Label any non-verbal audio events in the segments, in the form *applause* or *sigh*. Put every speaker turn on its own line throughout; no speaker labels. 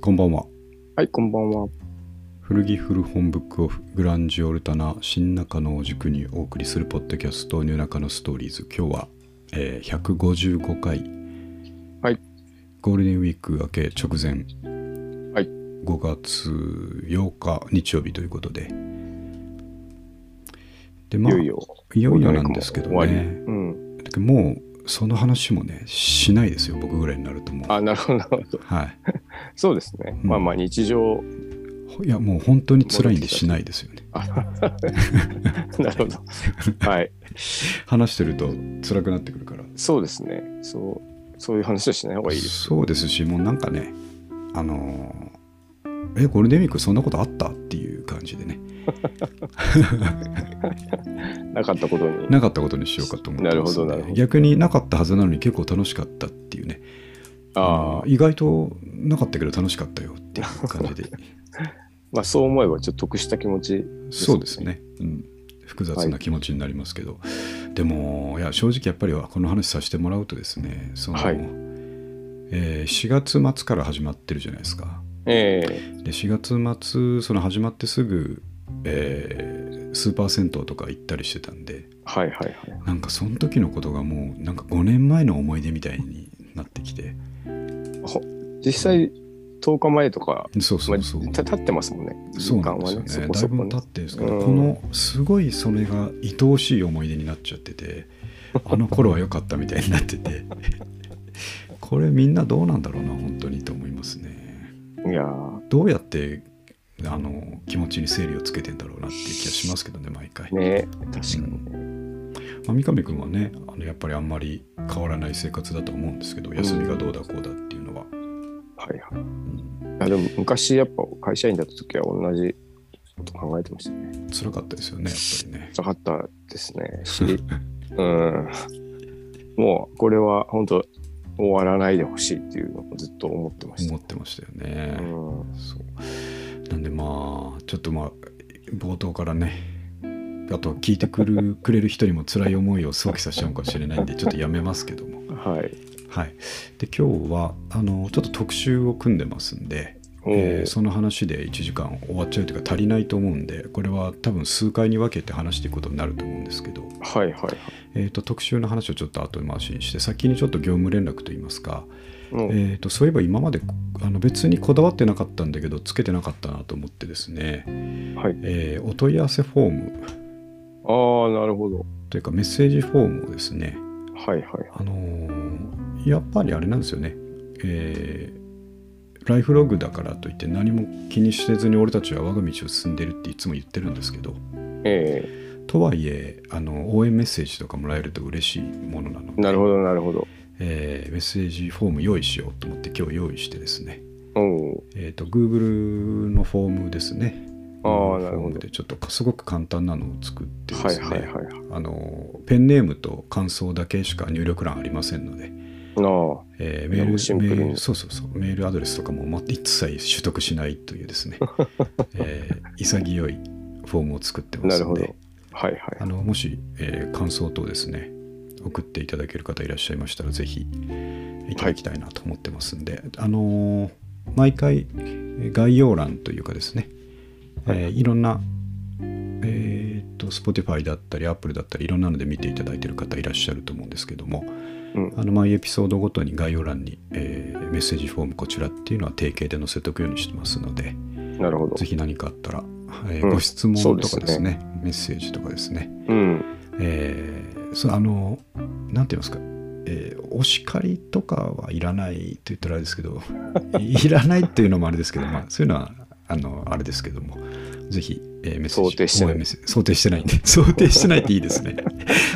こんばんは。
はい、こんばんは。
古着古本ブックオフグランジオルタナ新中野を軸にお送りするポッドキャスト「ニューナカのストーリーズ」今日は、えー155回、
はい
ゴールデンウィーク明け直前、
はい
5月8日日曜日ということででま
い
あ
よいよ。
いよいよなんですけど
ゴールデンウ
ね
ィークも終わり。う
だけ
ん。
どもうその話もねしないですよ僕ぐらいになるともう
あ、なるほど、な
*laughs*
るほど。
はい
そうですね。
うん
まあまあ、日常。
*laughs* いやもう本当に辛いんでしないですよね
あなるほ
*laughs*
ど。はい。
話してると辛くなってくるから
そうですね。そう、そういう話はしない方がいいです。
そうですしもうなんかねあのーえゴールデンウィークそんなことあったっていう感じでね
なかったことに。
なかったことにしようかと思ってますんで
なるほどなるほど
逆になかったはずなのに結構楽しかったっていうね
あ
の
あ、
意外となかったけど楽しかったよっていう感
*laughs*
じで
まあ、そう思えば、ちょっと得した気持ち。
そうですね、うん、複雑な気持ちになりますけど、でもいや正直やっぱりこの話させてもらうとですねその、
はい
えー4月末から始まってるじゃないですか。
ええ
で4月末その始まってすぐ、えースーパー銭湯とか行ったりしてたんで
はいはいはい。
なんかその時のことがもうなんか5年前の思い出みたいになってきて
実際、10日前とか、
そうそ
まあ、
うそう、
た経ってますもんね。
そうなんですよねだ
時間は
い
そこそこ
ぶ
ね
経ってるんですけど、
うん
このすごいそれが愛おしい思い出になっちゃっててあの頃は良かったみたいになってて *laughs* これみんなどうなんだろうな本当にと思いますね
いやー
どうやってあの気持ちに整理をつけてんだろうなっていう気がしますけどね毎回
ね確かにね。
まあ、三上君はねあのやっぱりあんまり変わらない生活だと思うんですけど休みがどうだこうだっていうのは、
はいはい。あでも昔やっぱ会社員だった時は同じこと考えてましたね。
辛かったですよねやっぱりね
辛かったですね。し *laughs* うん、もうこれは本当終わらないでほしいっていうのをずっと思ってまし
思
た。
ってましたよ
う
ね、
ん、
そうなんでまあちょっとまあ冒頭からねあと聞いてくるくれる人にも辛い思いを想起させちゃうかもしれないんでちょっとやめますけども
はい。
はいで今日はあのちょっと特集を組んでますんで
お
えー
ー
その話で1時間終わっちゃうというか足りないと思うんでこれは多分数回に分けて話していくことになると思うんですけど、
はいはいはい。
えー、と特集の話をちょっと後回しにして先にちょっと業務連絡といいますか、
もう
えー、とそういえば今まであの別にこだわってなかったんだけどつけてなかったなと思ってですね、
はい
えーお問い合わせフォーム
ああ、なるほど。
というかメッセージフォームをですね、
はいはいはい。
あのーやっぱりあれなんですよね、えーライフログだからといって何も気にせずに俺たちは我が道を進んでるっていつも言ってるんですけど
え
とはいえあの応援メッセージとかもらえると嬉しいものなの
え
で
なるほどなるほど。
えーメッセージフォーム用意しようと思って今日用意してですね、
うん。
えー、と Google のフォームですね
あ
Google
あ、なる
フォー
ほ
ム
ど。
でちょっとかすごく簡単なのを作ってで
はい
すね、
はいはいはい。
あのペンネームと感想だけしか入力欄ありませんので、
なあ。
えーメール
もうシンプルに
メールそうそうそうメールアドレスとかもま一切取得しないという
*laughs*
ですね、えー潔いフォームを作ってま
な
す
る
の
ほど
で。
はいはい
あ。のもし、えー感想等ですね送っていただける方いらっしゃいましたらぜひいただきたいなと思ってますんで、あのー毎回えー概要欄というかですね、
はい
えーいろんなえーっと Spotify だったり Apple だったりいろんなので見ていただいている方いらっしゃると思うんですけども
うん。
あの毎エピソードごとに概要欄に、えーメッセージフォームこちらっていうのは定型で載せておくようにしてますので
なるほど
ぜ。ひ何かあったら、えー
うん
ご質問
そう
と
で
か
すね
ですねメッセージとかですね
うん。
えーそうあのなんて言いますか、えーお叱りとかはいらないと言ったらあれですけど
*laughs*
いらないっていうのもあれですけど、まあ、そういうのはあのあれですけどもぜひ、えーメッセージ
想定してな
応
い
援メッセージ想定してないんで *laughs* 想定してないっていいです
*laughs*
ね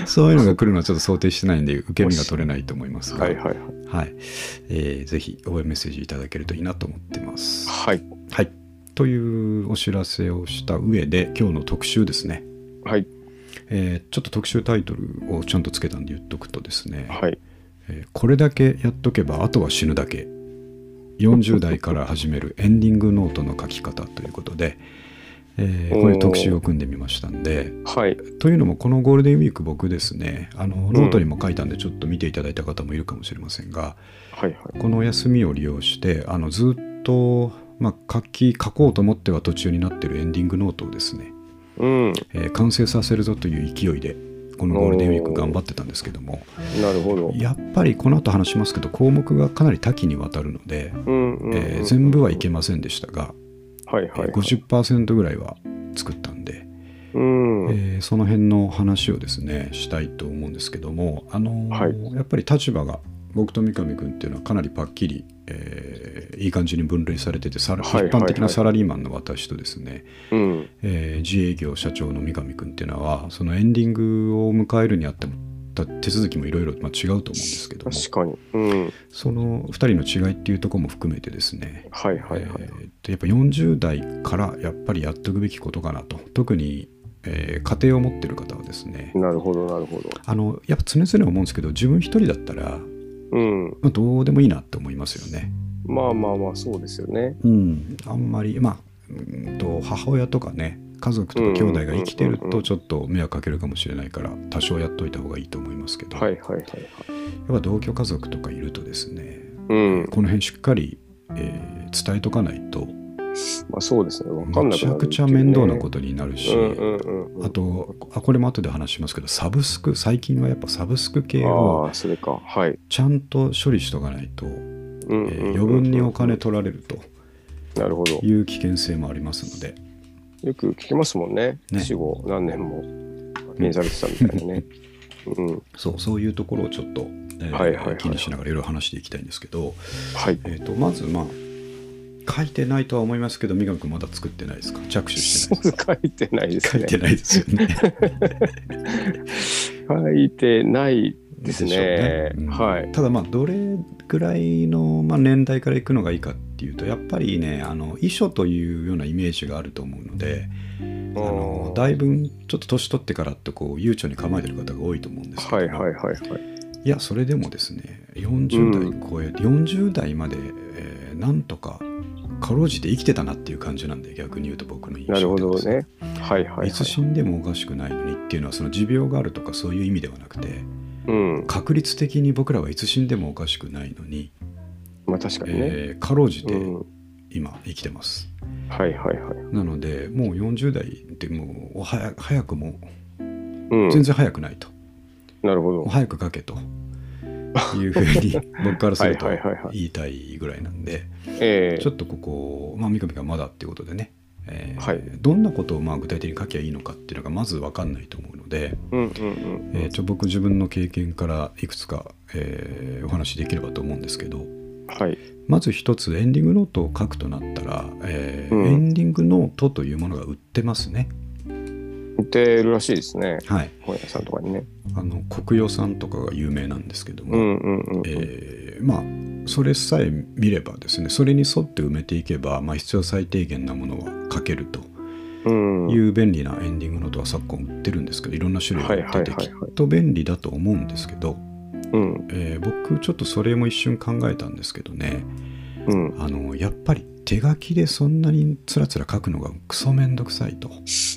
そういうのが来るのはちょっと想定してないんで受け身が取れないと思いますが
はいはいはい。
はいえーぜひ応援メッセージいただけるといいなと思ってます。
はい。
はい、というお知らせをした上で今日の特集ですね。
はい。
えーちょっと特集タイトルをちゃんとつけたんで言っとくとですね、
はい。
えーこれだけやっとけばあとは死ぬだけ40代から始めるエンディングノートの書き方ということで、えーこういう特集を組んでみましたんで
はい。
というのもこのゴールデンウィーク僕ですねあの
ん
ノートにも書いたんでちょっと見ていただいた方もいるかもしれませんが、
はいはい。
このお休みを利用してあのずっと、まあ、書き書こうと思っては途中になってるエンディングノートをですね、
うん。
えー完成させるぞという勢いでこのゴールデンウィーク頑張ってたんですけども
なるほど。
やっぱりこの後話しますけど項目がかなり多岐にわたるので、
うんうんうん
えー全部はいけませんでしたが、
はい
え
はい、は
ー
い。
50%ぐらいは作ったんで、
うん。
えーその辺の話をですねしたいと思うんですけども、あのー
はい
やっぱり立場が僕と三上君っていうのはかなりパッキリ、えーいい感じに分類されててさら
はいはいはい
一般的なサラリーマンの私とですね、
うん。
えー自営業社長の三上君っていうのはそのエンディングを迎えるにあってもた手続きもいろいろまあ違うと思うんですけども
確かに。うん。
その2人の違いっていうところも含めてですね
はいはいはい。
えーでやっぱ40代からやっぱりやっておくべきことかなと特に、えー家庭を持ってる方はですね
なるほどなるほど。
あのやっぱ常々思うんですけど自分一人だったら、
うん。
まあ、どうでもいいなって思いますよね。
まあまあまあそうですよね。
うん、あんまりまあうんと母親とかね家族とか兄弟が生きてる
うんうんうんう
と
ん
ちょっと迷惑かけるかもしれないから多少やっといた方がいいと思いますけど、
は
や
いはいはいはい。
っぱ同居家族とかいるとですね、
うん。
この辺しっかり、えー伝えとかないと
まあそうですね。わかん
め
なく
ちゃ
なる
く
っていうね、
ちゃ面倒なことになるし、
うんうんうんうん。
あとあこれも後で話しますけどサブスク最近はやっぱサブスク系
あ
を
あ、それか。はい。
ちゃんと処理しとかないと、
うん
え
うん
ー
うんうん
余分にお金取られると
なるほど。
いう危険性もありますので。
よく聞きますもんね。
ね
死後何年も気にされてたみたいなね。うん。
そうそういうところをちょっと、えー
はいはいはい
気にしながらいろいろ話していきたいんですけど、 *laughs*
はい。
えー、とまずまあ書いてないとは思いますけど三上君まだ作ってないですか着手してないです
書いてないで
か
す
書い
ね。
てないですよ
*laughs*
ね。
書いてないです
でしょう
ね。
うん
はい。
ただまあどれぐらいの、まあ、年代からいくのがいいかっていうとやっぱりねあの遺書というようなイメージがあると思うので
あ
あのだいぶちょっと年取ってからってこう悠長に構えてる方が多いと思うんですけど、
はいはいはいはい。
いやそれでもですね40代超えて、40代まで、えーなんとかかろうじて生きてたなっていう感じなんで逆に言うと僕の印象
なるほ
では
ど
です
ね。はいはいはい
いつ死んでもおかしくないのにっていうのはその持病があるとかそういう意味ではなくて
うん。
確率的に僕らはいつ死んでもおかしくないのに、
まあ確かにね。
えーかろうじて
うん。
今生きてます、
はいはいはい。
なのでもう40代ってもうお早早くも
うん。
全然早くないと、
なるほ
もう
ど。
早く書けというふうに僕からすると
はいはいはいはい
言いたいぐらいなんで。
ええ
ちょっとここ、まあ、三上がまだっていうことでね、えー
はい
どんなことをまあ具体的に書きゃいいのかっていうのがまず分かんないと思うので、
うんうん
えーちょ僕自分の経験からいくつか、えーお話しできればと思うんですけど
うん。はい。
まず一つエンディングノートを書くとなったら、えー
うん
エンディングノートというものが売ってますね。
似てるらしいですね。
はい、
本屋さんとかにね。
あの国用さんとかが有名なんですけども、
うんうんうんうん。
えーまあそれさえ見ればですねそれに沿って埋めていけば、まあ、必要最低限なものは書けると。
うん。
いう便利なエンディングノートは昨今売ってるんですけどいろんな種類が出て
はいはい
きっ
はいは
と便利だと思うんですけど、
うん
えー僕ちょっとそれも一瞬考えたんですけどね
うん。
あのやっぱり手書きでそんなにつらつら書くのがクソめんどくさいと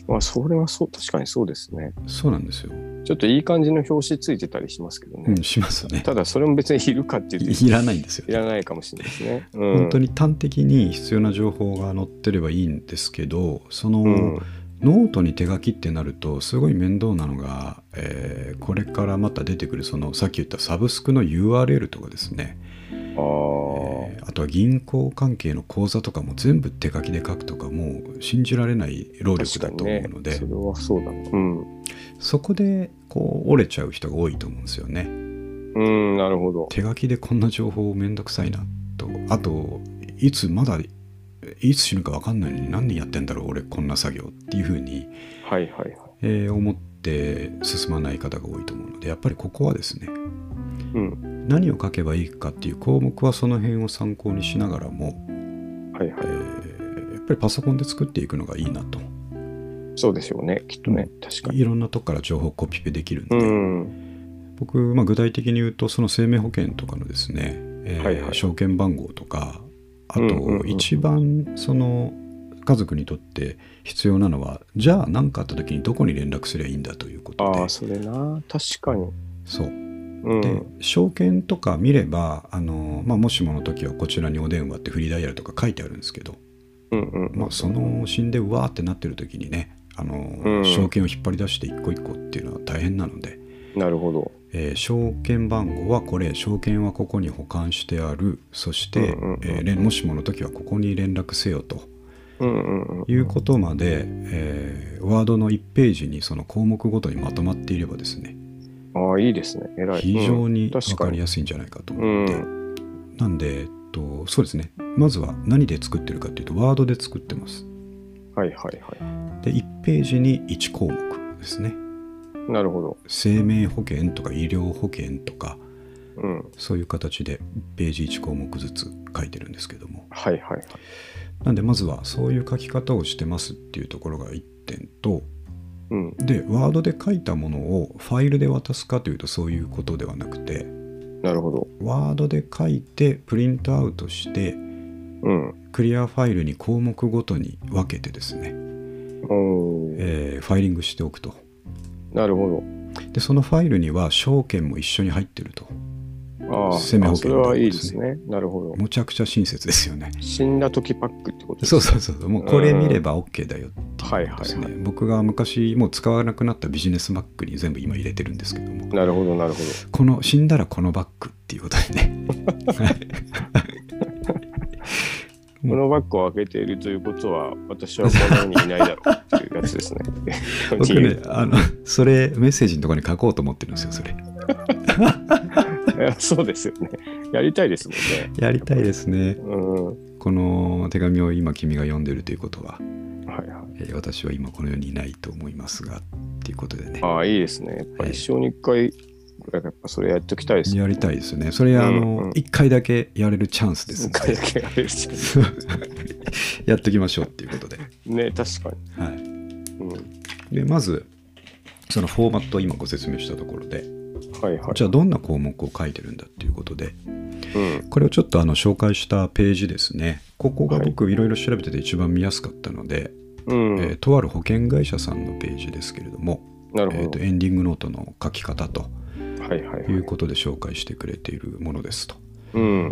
まあそれはそう、確かにそうですね。
そうなんですよ、
ちょっといい感じの表紙ついてたりしますけど
う
ね。
ん、しますね
ただそれも別にいるかっていうと
いらないんですよ
いらないかもしれないですね。うん、
本当に端的に必要な情報が載ってればいいんですけどその、
うん、
ノートに手書きってなるとすごい面倒なのが、えーこれからまた出てくるそのさっき言ったサブスクの URL とかですねえ
あー
ーあとは銀行関係の口座とかも全部手書きで書くとかもう信じられない労
確
力
か
だ
に
と思
ね
うので
それはそうだ、うん、
そこでこう折れちゃう人が多いと思うんですよね
うん、なるほど。
手書きでこんな情報めんどくさいなとあといつまだいつ死ぬか分かんないのに何年やってんだろう俺こんな作業っていうふうに、
はいはいはい。
えー思って進まない方が多いと思うのでやっぱりここはですね
うん、
何を書けばいいかっていう項目はその辺を参考にしながらも
はいは
えー
い。
やっぱりパソコンで作っていくのがいいなと
そうでしょうね、きっとね、確かに。
いろんなとこから情報をコピペできるんで、
うん、
僕、まあ、具体的に言うとその生命保険とかのですね、えー
はいはい
証券番号とかあ
うんうんう
と
ん
一番その家族にとって必要なのはじゃあ何かあった時にどこに連絡すればいいんだということ
あ
で
あ、それな、確かに。
そう
うん。
で証券とか見ればあの、まあ、もしもの時はこちらにお電話ってフリーダイヤルとか書いてあるんですけど、
うんうん。
まあ、その信でうわーってなってる時にねあの、
うん
証券を引っ張り出して一個一個っていうのは大変なので、
なるほど。
えー証券番号はこれ証券はここに保管してあるそして、
うんうんうん
えー連もしもの時はここに連絡せよと
うんうんうん。
いうことまで、えーワードの1ページにその項目ごとにまとまっていればですね
ああ、いいですね。偉い。
非常に
うん確
分
か
かり
に。
やすいんじゃないかと
う
思って、
ん。
なんで、えっと、そうですねまずは何で作ってるかっていうとワードで作ってます
はいはいは
で1ページに1項目ですね
い。なるほど。
生命保険とか医療保険とか
うん。
そういう形でページ1項目ずつ書いてるんですけども
はいはいはい。
なんでまずはそういう書き方をしてますっていうところが1点と
うん。
でワードで書いたものをファイルで渡すかというとそういうことではなくて
なるほど。
ワードで書いてプリントアウトして
うん。
クリアファイルに項目ごとに分けてですね、
おー
えーファイリングしておくと
なるほ
でそのファイルには証券も一緒に入ってると
ど。ああ、
生命保険
それはいいですね。なるほど。
むちゃくちゃ親切ですよね
死んだ時パックってことで
そ
す
う
ね
そうそうそうもうこれ見れば OK だよって
はい
いう
は
です
い
ね、
はい。
僕が昔もう使わなくなったビジネスバッグに全部今入れてるんですけども
なるほどなるほ
この死んだらこのバッグっていうことで
*laughs*
ね
ど。このバッグを開けているということは、私はこの世にいないだろうっていうやつ
*laughs*
ですね。 *laughs*
僕ねあのそれメッセージのところに書こうと思ってるんですよそれ
いや *laughs* そうですよね。やりたいですもんね。
やりたいですね
うん。は
この手紙を今君が読んでるということはい
はい。
えー私は今この世にいないと思いますがっていうことでね
ああ、いいですね。やっぱ一生に一回ぐらい、やっぱそれやっておきたいですね。
やりたいですねそれあ
うんう
の
ん
一回だけやれるチャンスです
一
の
回
で
だけやれるし
*laughs* やっていきましょうっていうことで、
ね、確か
はい、
に。うん。
でまずそのフォーマットを今ご説明したところで
はいはい。
じゃあどんな項目を書いてるんだっていうことで
うん。
これをちょっとあの紹介したページですねここが僕いろいろ調べてて一番見やすかったので、
うん。
えーとある保険会社さんのページですけれども、
なる
えー
ほ
と
ど。
エンディングノートの書き方と
はいはい
い
は
う
い。
ことで紹介してくれているものですと。
うん。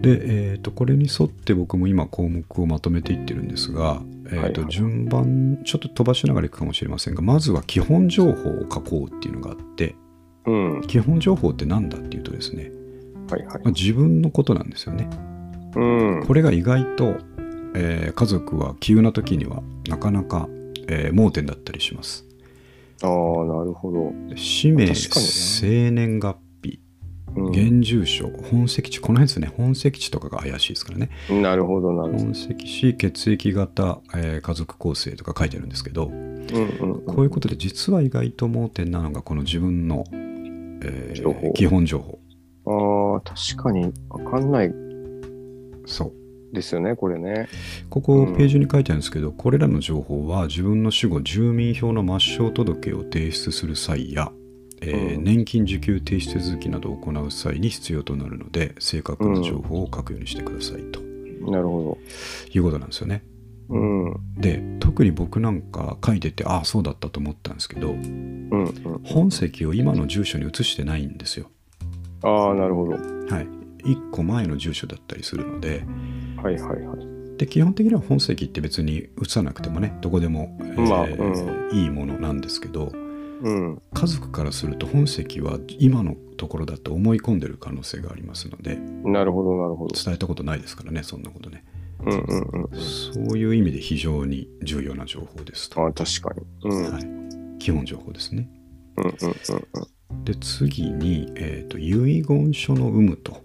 で、えー、とこれに沿って僕も今項目をまとめていってるんですが、えー
はい
と
はい
順番ちょっと飛ばしながらいくかもしれませんがまずは基本情報を書こうっていうのがあって
うん。は
基本情報って何だっていうとですね、
いはい
まあ。自分のことなんですよね。
うん。
これが意外と、えー家族は急な時にはなかなか、えー盲点だったりします。
ああ、なるほど。
氏名、
確かにな
生年月日、
うん。
現住所、本籍地、この辺ですね、本籍地とかが怪しいですからね。
なるほどなるほ
本籍地、血液型、えー家族構成とか書いてあるんですけど、
ど。うんうんうん。
こういうことで実は意外と盲点なのがこの自分の、えー
情報
基本情報。
ああ、確かにわかんない
そう。
ですよね、これね。
ここ
うん
ページに書いてあるんですけど、これらの情報は自分の死後住民票の抹消届を提出する際や、えー
うん
年金受給停止手続きなどを行う際に必要となるので正確な情報を書くようにしてくださいと
なるほ
いうことなんですよね。
ど。うん。うん
で特に僕なんか書いててああそうだったと思ったんですけど
うん。
本籍を今の住所に移してないんですよ。
ああ、なるほど。
はい1個前の住所だったりするので
はいはいはい。
で基本的には本籍って別に移さなくてもねどこでも、えー
まあ
いいものなんですけど、
うん。
家族からすると本籍は今のところだと思い込んでる可能性がありますので
なるほどなるほど。
伝えたことないですからねそんなことね
うんうんうん。
そういう意味で非常に重要な情報ですと、
ああ、確かに。うん。うん
はい、基本情報ですね
うんうん
で次に、えーと遺言書の有無と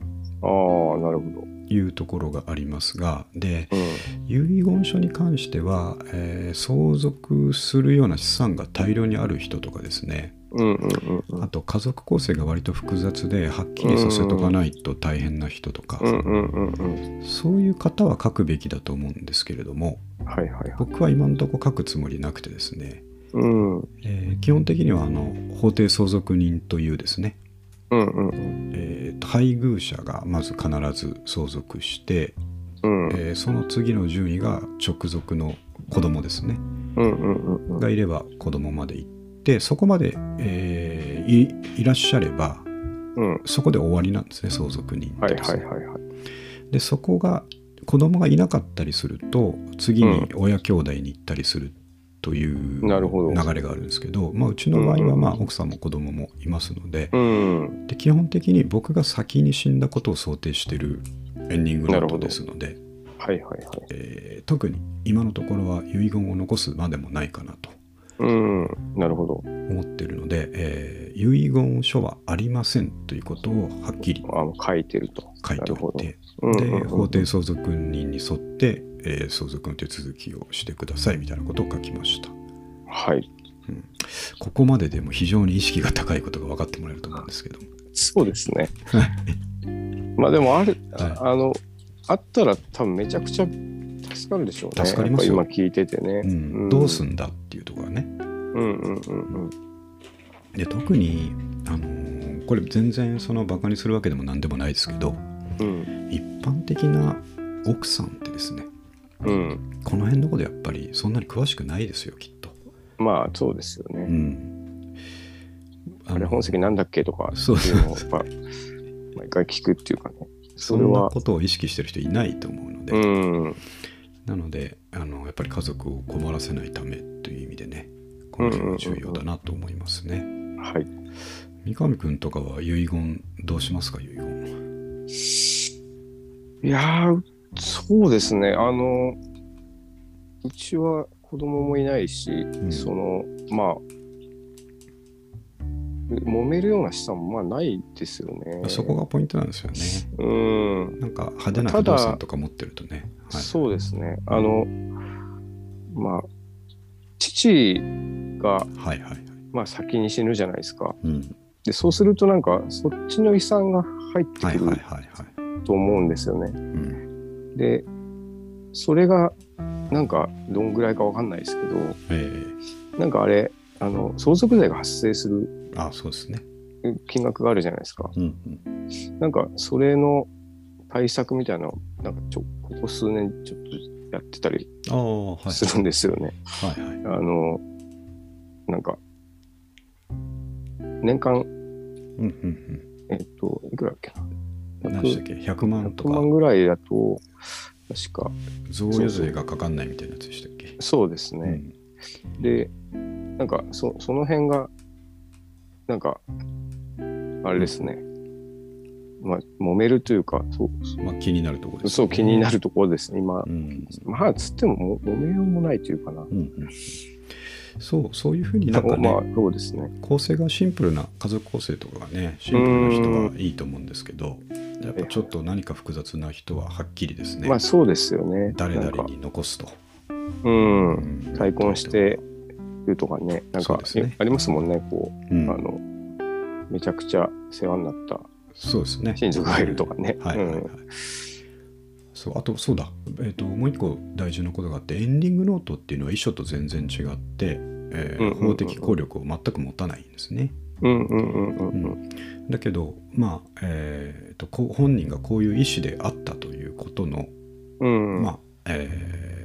うん。ああ、なるほど。
いうところがありますがで
う
遺言書に関しては、えー相続するような資産が大量にある人とかですね
ん。うんうんうん
あと家族構成が割と複雑ではっきりさせとかないと大変な人とか、
うん。うんうんうんうん。
そういう方は書くべきだと思うんですけれども
はいはいはい。
僕は今のところ書くつもりなくてですね、
うん。うん
えー基本的にはあの法定相続人というですね、
うんうん。
えーと配偶者がまず必ず相続して、
うん
えーその次の順位が直属の子供ですね
うんうんうんうん。
がいれば子供まで行っでそこまで、えーいいらっしゃれば
うん。
そこで終わりなんですね相続人っ
は
て
い
です
は
ね
いはいはい。
でそこが子供がいなかったりすると次に親兄弟に行ったりするという
なるほど
流れがあるんですけど、まあ、うちの場合
うんうんう
は
ん
まあ奥さんも子供もいますので
うん。
で基本的に僕が先に死んだことを想定しているエンディング
な
ノ
る
ー
ほ
ト
ど
ですので、
はいはいはい。
えー特に今のところは遺言を残すまでもないかなと
うん。なるほど。
思っているので、えー遺言書はありませんということをはっきり
あの書いてると。
書いておいて
うんうんうん
で法定相続人に沿って、えー相続の手続きをしてくださいみたいなことを書きました
はい。
ここまででも非常に意識が高いことが分かってもらえると思うんですけども
そうですね。まあでもある、
はい
あの、あったら多分めちゃくちゃ助かるでしょうね。
助かりますよ
やっぱ今聞いててね。
うんどうすんだっていうところがね
うんうんうん
で特に、あのーこれ全然そのバカにするわけでも何でもないですけど
うん。うん。
一般的な奥さんってですね
うん。
この辺のことやっぱりそんなに詳しくないですよきっと。
まあそうですよ
う
ね。
ん、あ
あれ
の
本籍なんだっけとか、
そう
いうのをやっぱ、毎回聞くっていうかね。
そ
それ
んな
は、
ことを意識してる人いないと思うので、
うん。
なのであのやっぱり家族を困らせないためという意味でねこの辺は重要だなと思いますね。
はい。
三上君とかは遺言どうしますか遺言。
いやー、そうですね。あの、うちは子供もいないし、
ん
その、まあ、揉めるような資産もまあないですよね。
そこがポイントなんですよね。
うん、
なんか派手な不動産とか持ってるとね。はい、
そうですね。あの、まあ、父が、
はいはいはい。
まあ、先に死ぬじゃないですか。
うん、
で、そうするとなんか、そっちの遺産が入って
はいはい
く
はい
る
はい。
と思うんですよね。
うん、
でそれがなんかどんぐらいかわかんないですけど
ええ
なんかあれあの相続税が発生する
あそうですね。
金額があるじゃないですか
うんうん、
なんかそれの対策みたいなのをなんかちょここ数年ちょっとやってたり
ああはい
するんですよね、
はいはい。
あのなんか年間
うんうんうん。
えっといくらだっけな
何でしたっ
100,
け ?100 万と
100
か
万ぐらいだと確か
贈与税がかかんないみたいなやつでしたっけ
そうですね、
うん
で、なんかそその辺が、なんか、あれですね、まあ、揉めるというか、そう
まあ、気になるところです、
そう気になるところですね、今
う。ん
まあ、つってもも揉めようもないというかな。
うんうん、そうそういうふうになんかね、
まあ、そうですね。
構成がシンプルな家族構成とかがねシンプルな人はいいと思うんですけどやっぱちょっと何か複雑な人ははっきりですね、
まあ、そうですよね。
誰
な
々
んか
に残すと、
うん。
うん
再婚してるとかね、なん
そう
か、
ですね
ありますもんね、こう、
うん
あの、めちゃくちゃ世話になった
そうですね
親族がいるとかね。
はいはいはい、
うん
そうあとそうだ、えー、ともう一個大事なことがあってエンディングノートっていうのは遺書と全然違って、えー
うんうんうんうん
法的効力を全く持たないんですね。
うんうんうんうんうん。
だけどまあ、えー、とこう本人がこういう意思であったということの、
うん。
まあえー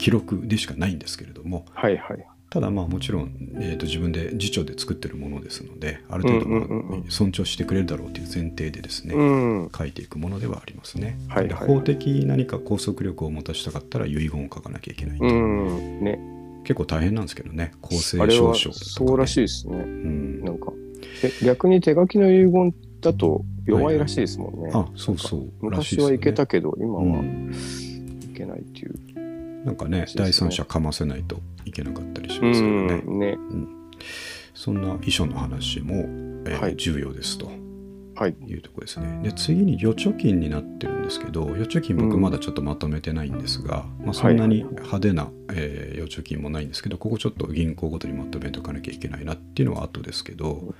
記録でしかないんですけれども
はいはい。
ただまあもちろん、えー、と自分で自著で作ってるものですのである程度、まあ
うんうんうんう
尊重してくれるだろうという前提でですね、
うん。
書いていくものではありますね。
はい
で
はい
法的に何か拘束力を持たしたかったら遺言を書かなきゃいけない、
うん、ね、
結構大変なんですけどね公正
あれ
証
は
書と
そう
からね
しいですね。
うん
なんか、え逆に手書きの遺言だと弱いらしいですもんね。
あそうそうらしいで
昔
すよ
は
ね
いけたけど、今
う
は
ん
いけないっていう。
なんかね
そうですね
第三者かませないといけなかったりし
う
ますけどね、
ん、ね、
そんな遺書の話も、えー
はい
重要ですと
はい。
いうところですねで次に預貯金になってるんですけど預貯金僕
うん
まだちょっとまとめてないんですが、まあ、そんなに
はい
派手な、えー預貯金もないんですけどここちょっと銀行ごとにまとめておかなきゃいけないなっていうのは後ですけど、
はいはい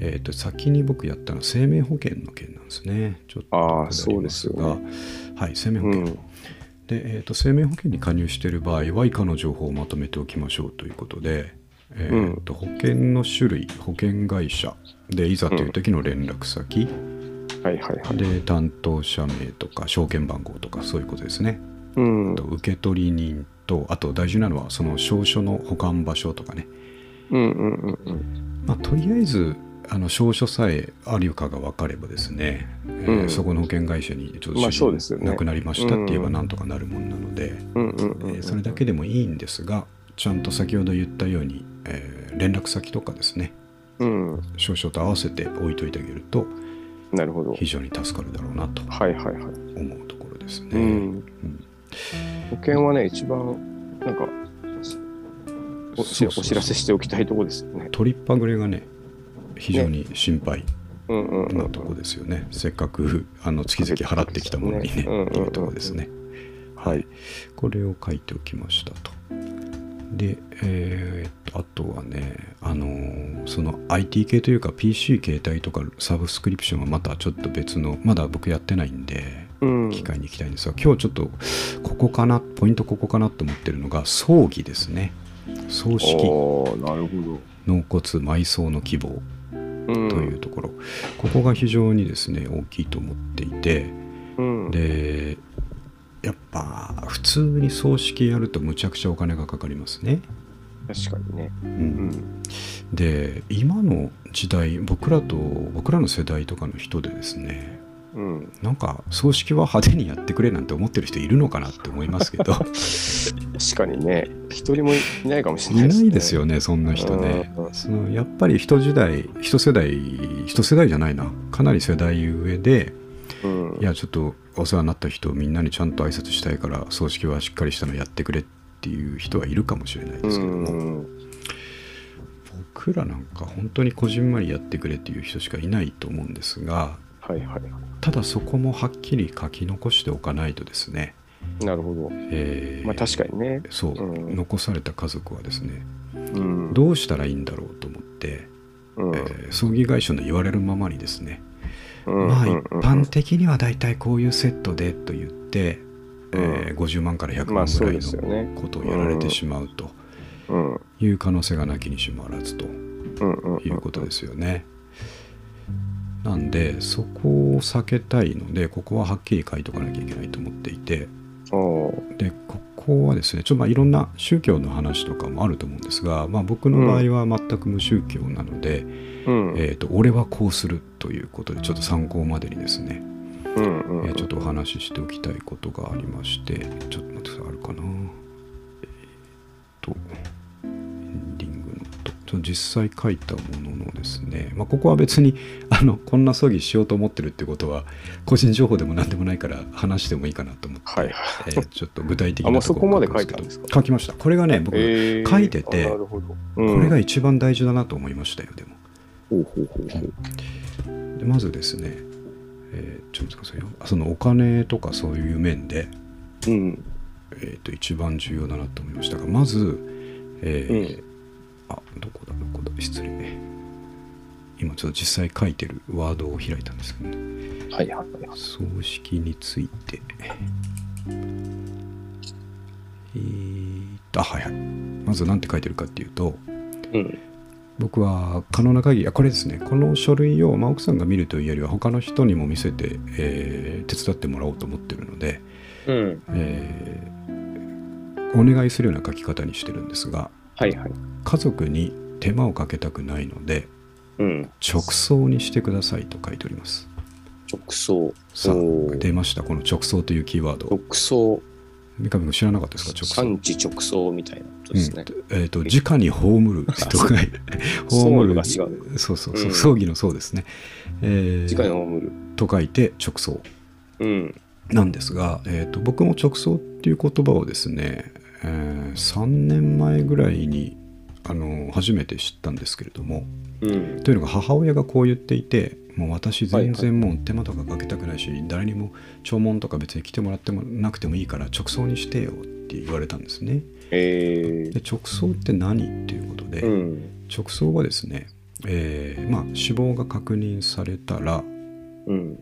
えー、と先に僕やったのは生命保険の件なんですねちょっと
あ
こ
あ、
こで
そ
あ
う
り
で
ますす
よ
が
ね。
はい生命保
う
険、
ん、
で、えー、と生命保険に加入している場合は以下の情報をまとめておきましょうということで、えーと保険の種類保険会社でいざという時の連絡先、
はいはいはい。
で担当者名とか証券番号とかそういうことですね、
うん
あと、受取人とあと大事なのはその証書の保管場所とかね、
ううんうんうん
まあ、とりあえずあの証書さえあるかが分かればですね、えー
うん
そこの保険会社にちょっと
まあ
主人
そうですよね
亡くなりましたって言え
う
ば
ん
なんとかなるもんなので、
うんうんうんうん
えーそれだけでもいいんですがちゃんと先ほど言ったように、えー連絡先とかですね
うん
証書と合わせて置いといてあげると
なるほど
非常に助かるだろうなと
はいはいはい、
思うところですね。
うん
うん
保険はね一番なんかおお
そうそうそう
知らせしておきたいとこですよね
取りっぱぐれがね非常に心配
うんうんうん
なとこですよね、せっかくあの月々払ってきたものにね、
うんうんうん
いうとこですね。はい、これを書いておきましたと。で、えーっとあとはね、あのーその IT 系というか PC 携帯とかサブスクリプションはまたちょっと別の、まだ僕やってないんで、
うん
機会に行きたいんですが、今日ちょっとここかな、ポイントここかなと思ってるのが、葬儀ですね。葬式、
おーなるほ
納骨、埋葬の希望。
ど、うん、
というところ、ここが非常にですね大きいと思っていて
うん、
でやっぱ普通に葬式やるとむちゃくちゃお金がかかりますね、
確かにね
う、
うんん
で今の時代僕らと僕らの世代とかの人でですね
うん
なんか葬式は派手にやってくれなんて思ってる人いるのかなって思いますけど
*laughs* 確かにね一人もいないかもしれ
い
ない
な
です、ね、
いですよねそんな人ね
うん
そのやっぱり人時代一世代一世代じゃないなかなり世代上で
うん
いやちょっとお世話になった人みんなにちゃんと挨拶したいから葬式はしっかりしたのやってくれっていう人はいるかもしれないですけども、
うん
僕らなんか本当にこじんまりやってくれっていう人しかいないと思うんですが
はいはい
ただそこもはっきり書き残しておかないとですね、
なるほど
えー
まあ確かにね
そう、
うん
残された家族はですね
うん
どうしたらいいんだろうと思って、
うん
えー葬儀会社の言われるままにですね
うん
まあ
う
一
んうん
般的には大体こういうセットでと言って、
うん
えー50万から100
ま
万
あそ
ぐ
う
らい
ですよね
のことをやられてしまうと
うんうん
いう可能性がなきにしもあらずと
うん
いうことですよね。なんでそこを避けたいのでここははっきり書いとかなきゃいけないと思っていて
おー
でここはですねちょっとまあいろんな宗教の話とかもあると思うんですが、まあ、僕の場合は全く無宗教なので、
うん
えー、と俺はこうするということでちょっと参考までにですね
うんうん
えー
うん
ちょっとお話ししておきたいことがありまして、ちょっと待ってください、あるかな。えーっと、エンディングのと、その実際書いたもののですね、まあ、ここは別に、 *laughs* あの、こんな葬儀しようと思ってるってことは、個人情報でも何でもないから話してもいいかなと思って、
はいはい
え
*laughs*
ーちょっと具体的
あも
な
うそ
と
こ
こ
ま
ろ
で
を
書い
け
て
ど
あるんですか
書きました。これがね、僕、
えー
書いてて
あなるほど、
これが
い
一番大事だなと思いましたよ、でも。
ほうほうほうほう
でまずですね、えーちょっと待ってくださいよ、そのお金とかそういう面で、
うん
えー、と一番重要だなと思いましたがまず、えーあどこだどこだ失礼今ちょっと実際書いてるワードを開いたんですけどね
はいはいはい
葬式についてえーっとあはいはいまず何て書いてるかっていうと
うん
僕は可能な限りあこれですねこの書類を、まあ、奥さんが見るというよりは他の人にも見せて、えー手伝ってもらおうと思ってるので、
うん
えーお願いするような書き方にしてるんですが
はいはい
家族に手間をかけたくないので
うん
直送にしてくださいと書いております
直送
さ
お
あ
ー
出ましたこの直送というキーワード
直送
三上君知らなかったですか直送
産地直送みたいなことですね、
うんえっと直に葬るとか
*laughs* 葬
葬
る
る
が違う
そうそう
う
そ
ん
う葬儀のそうですね、えー
次回のムル
と書いて直送
うん
なんですが、えー、と僕も直送っていう言葉をですね、え3年前ぐらいにあの初めて知ったんですけれども
うん
というのが母親がこう言っていてもう私全然もう手間とかかけたくないし、誰にも弔問とか別に来てもらってもなくてもいいから直送にしてよって言われたんですね。
えー
で直送って何っていうことで、
うん
直送はですね、えーまあ、死亡が確認されたら
うん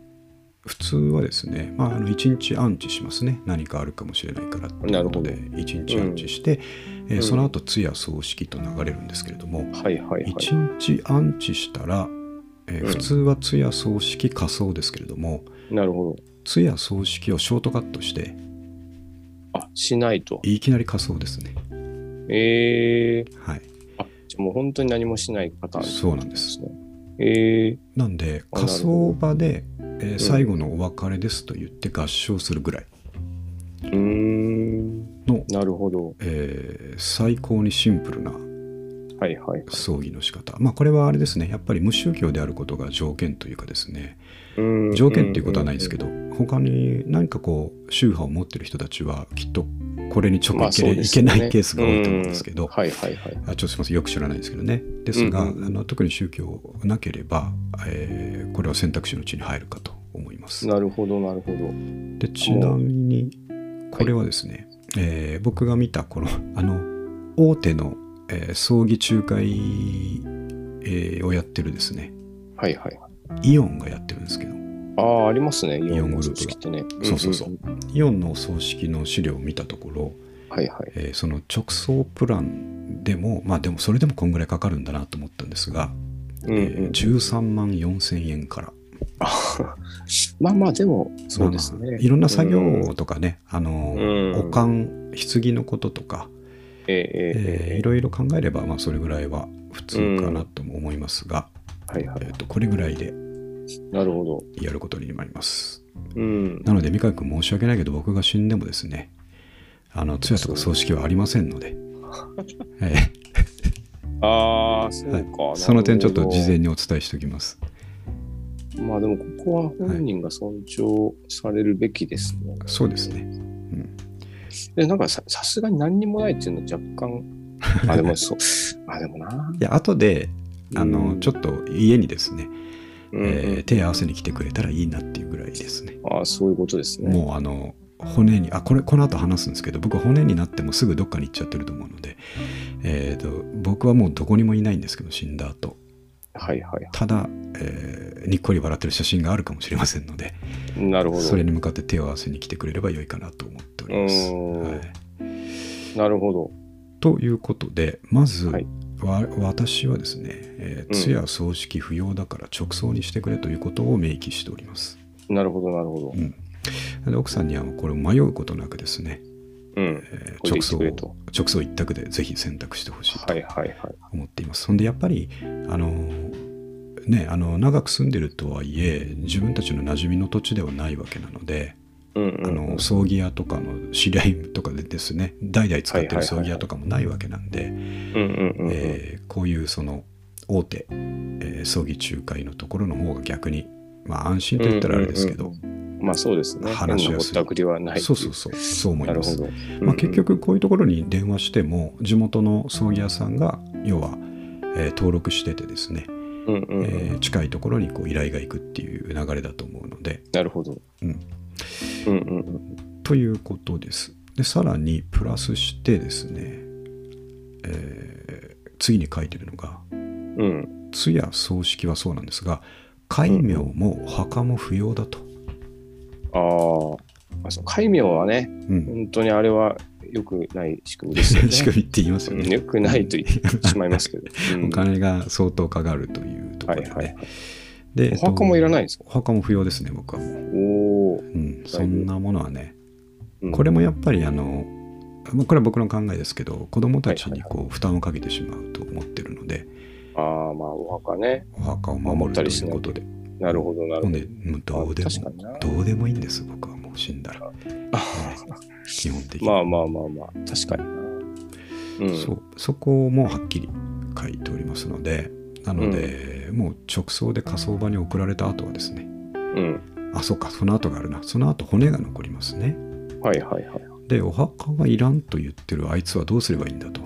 普通はですね、まあ、あの1日安置しますね何かあるかもしれないからっていうことで
な
1日安置して、えー
うん
その後通夜葬式と流れるんですけれども、
はいはいはい
1日安置したら、えー
うん
普通は通夜葬式仮葬ですけれども
なるほ
通夜葬式をショートカットして
どあしないと
いきなり仮葬ですね
えー
はい
あじゃあもう本当に何もしないパターン
そうなんです。
ね。ええ
なんで
あ
仮想場で、えー
ん
最後のお別れですと言って合唱するぐらい
ー、うーん、
の、
なるほど。
えー最高にシンプルな
はいはい。
葬儀の仕方まあこれはあれですねやっぱり無宗教であることが条件というかですね
うん
条件っていうことはないんですけど、他に何かこう宗派を持ってる人たちはきっとこれに直
まあ
いけ,、
そうで
い
す
け
よね
ないケースが多いと思うんですけど、
うはいはいはい。
あちょっとすみませんよく知らないんですけどねですが、
うんうん
あの特に宗教なければ、えーこれは選択肢のうちに入るかと思います。
なるほどなるほど。
でちなみにこれはですね、えー僕が見たこのあの大手の、えー葬儀仲介、えーをやってるですね
はいはい。
イオンがやってるんですけど
ああ、ありますね。
イオングループが
イの組織ってね。
そうそうそうん
んん
イオンのお葬式の資料を見たところ、
はいはい。
えーその直葬プランでもまあでもそれでもこんぐらいかかるんだなと思ったんですが、
うん
えー13万4000円から
まあまあ、でも、そうです
まあま
ね。
あいろんな作
うん
業とかね、あの
うん
おかん棺のこととか、
えええ
えーい
ええ
ろいろ考えれば、まあ、それぐらいは普通かなとも思いますが、
えはいは
え
い。
ー、とこれぐらいで
なるほど。
やることになります。
うん。
なので、三上君、申し訳ないけど、僕が死んでもですね、あの通夜とか葬式はありません
*laughs*
ので、え
ああ、そ
ー
う
は
か
い。
なるほど
その点、ちょっと事前にお伝えしておきます。
まあでも、ここは本人が尊重されるべきですね。
そうですね。
で、なんかさ、さすがに何にもないっていうのは
*laughs*
若干、あ、でもそう。あ、でもな。
いや、後で、あの、ちょ
と、
っと家にですね、
うん
えー手合わせに来てくれたらいいなっていうぐらいですね。
ああ、そういうことですね。
もうあの骨にあこれこの後話すんですけど僕骨になってもすぐどっかに行っちゃってると思うので、えー、と僕はもうどこにもいないんですけど死んだ後
はいはい。
ただ、えーにっこり笑ってる写真があるかもしれませんので
なるほど。
それに向かって手を合わせに来てくれれば良いかなと思っております。
うーん
はい、
なるほど。
ということでまず、
はい
わ私はですね、えー
うん
通夜葬式不要だから直葬にしてくれということを明記しております。
なるほど、なるほど
う。ん、で奥さんにはこれを迷うことなくですね、
うん。
えー
これ
直
で行って
送
くれと
直送一択でぜひ選択してほしい
は
と
いはいはい。
思っています。ほんでやっぱりあのーねあの長く住んでるとはいえ自分たちの馴染みの土地ではないわけなので、
うんうんうん、
あの葬儀屋とかの知り合いとかでですね代々使ってる葬儀屋とかもないわけなんで、
うんうんうんうん
えーこういうその大手、えー葬儀仲介のところの方が逆に、まあ、安心と言ったらあれですけど、
まあそうですね。
話しやすい
変なぼったくりはない。
そうそうそうそう思い
なる
ます
ほ。ど。
まあ、結局こういうところに電話しても地元の葬儀屋さんが要は、えー登録しててですね、
うんうんうん、
えー近いところにこう依頼が行くっていう流れだと思うので
なるほど。
うん
うんうんうん
ということですでさらにプラスしてですね、えー次に書いてるのが
うん。
通夜葬式はそうなんですが戒名も墓も不要だと、
あーあ、そう戒名はね、
*laughs* うん
本当にあれは良くない仕組みですよ
*laughs*
ね。
仕組みって言いますよね
うん良くないと言ってしまいますけど。うん
*laughs* お金が相当かかるというとこ
はい
ろで、ね
はい。
で
お墓もいらないいんですか
お墓も不要ですね僕はもう
おお、
うん、そんなものはね、
うん
これもやっぱりあの、まあこれは僕の考えですけど、子供たちにこう負担をかけてしまうと思ってるので、
ああ、まあお墓ね。
お墓を守るということで、
なるほど、なる
ほ
ほ
ん
ど。
で、もうどうで
あ確か
も
にな、
どうでもいいんです、僕はもう死んだら、
あ
基本的に。
まあまあまあまあ、確かにな。うん。
そうそこもはっきり書いておりますので、なので、もう直送で火葬場に送られた後はですね、
うん。
あ、そうか、その後があるな、その後骨が残りますね。
はいはいはい。
で、お墓はいらんと言ってるあいつはどうすればいいんだと。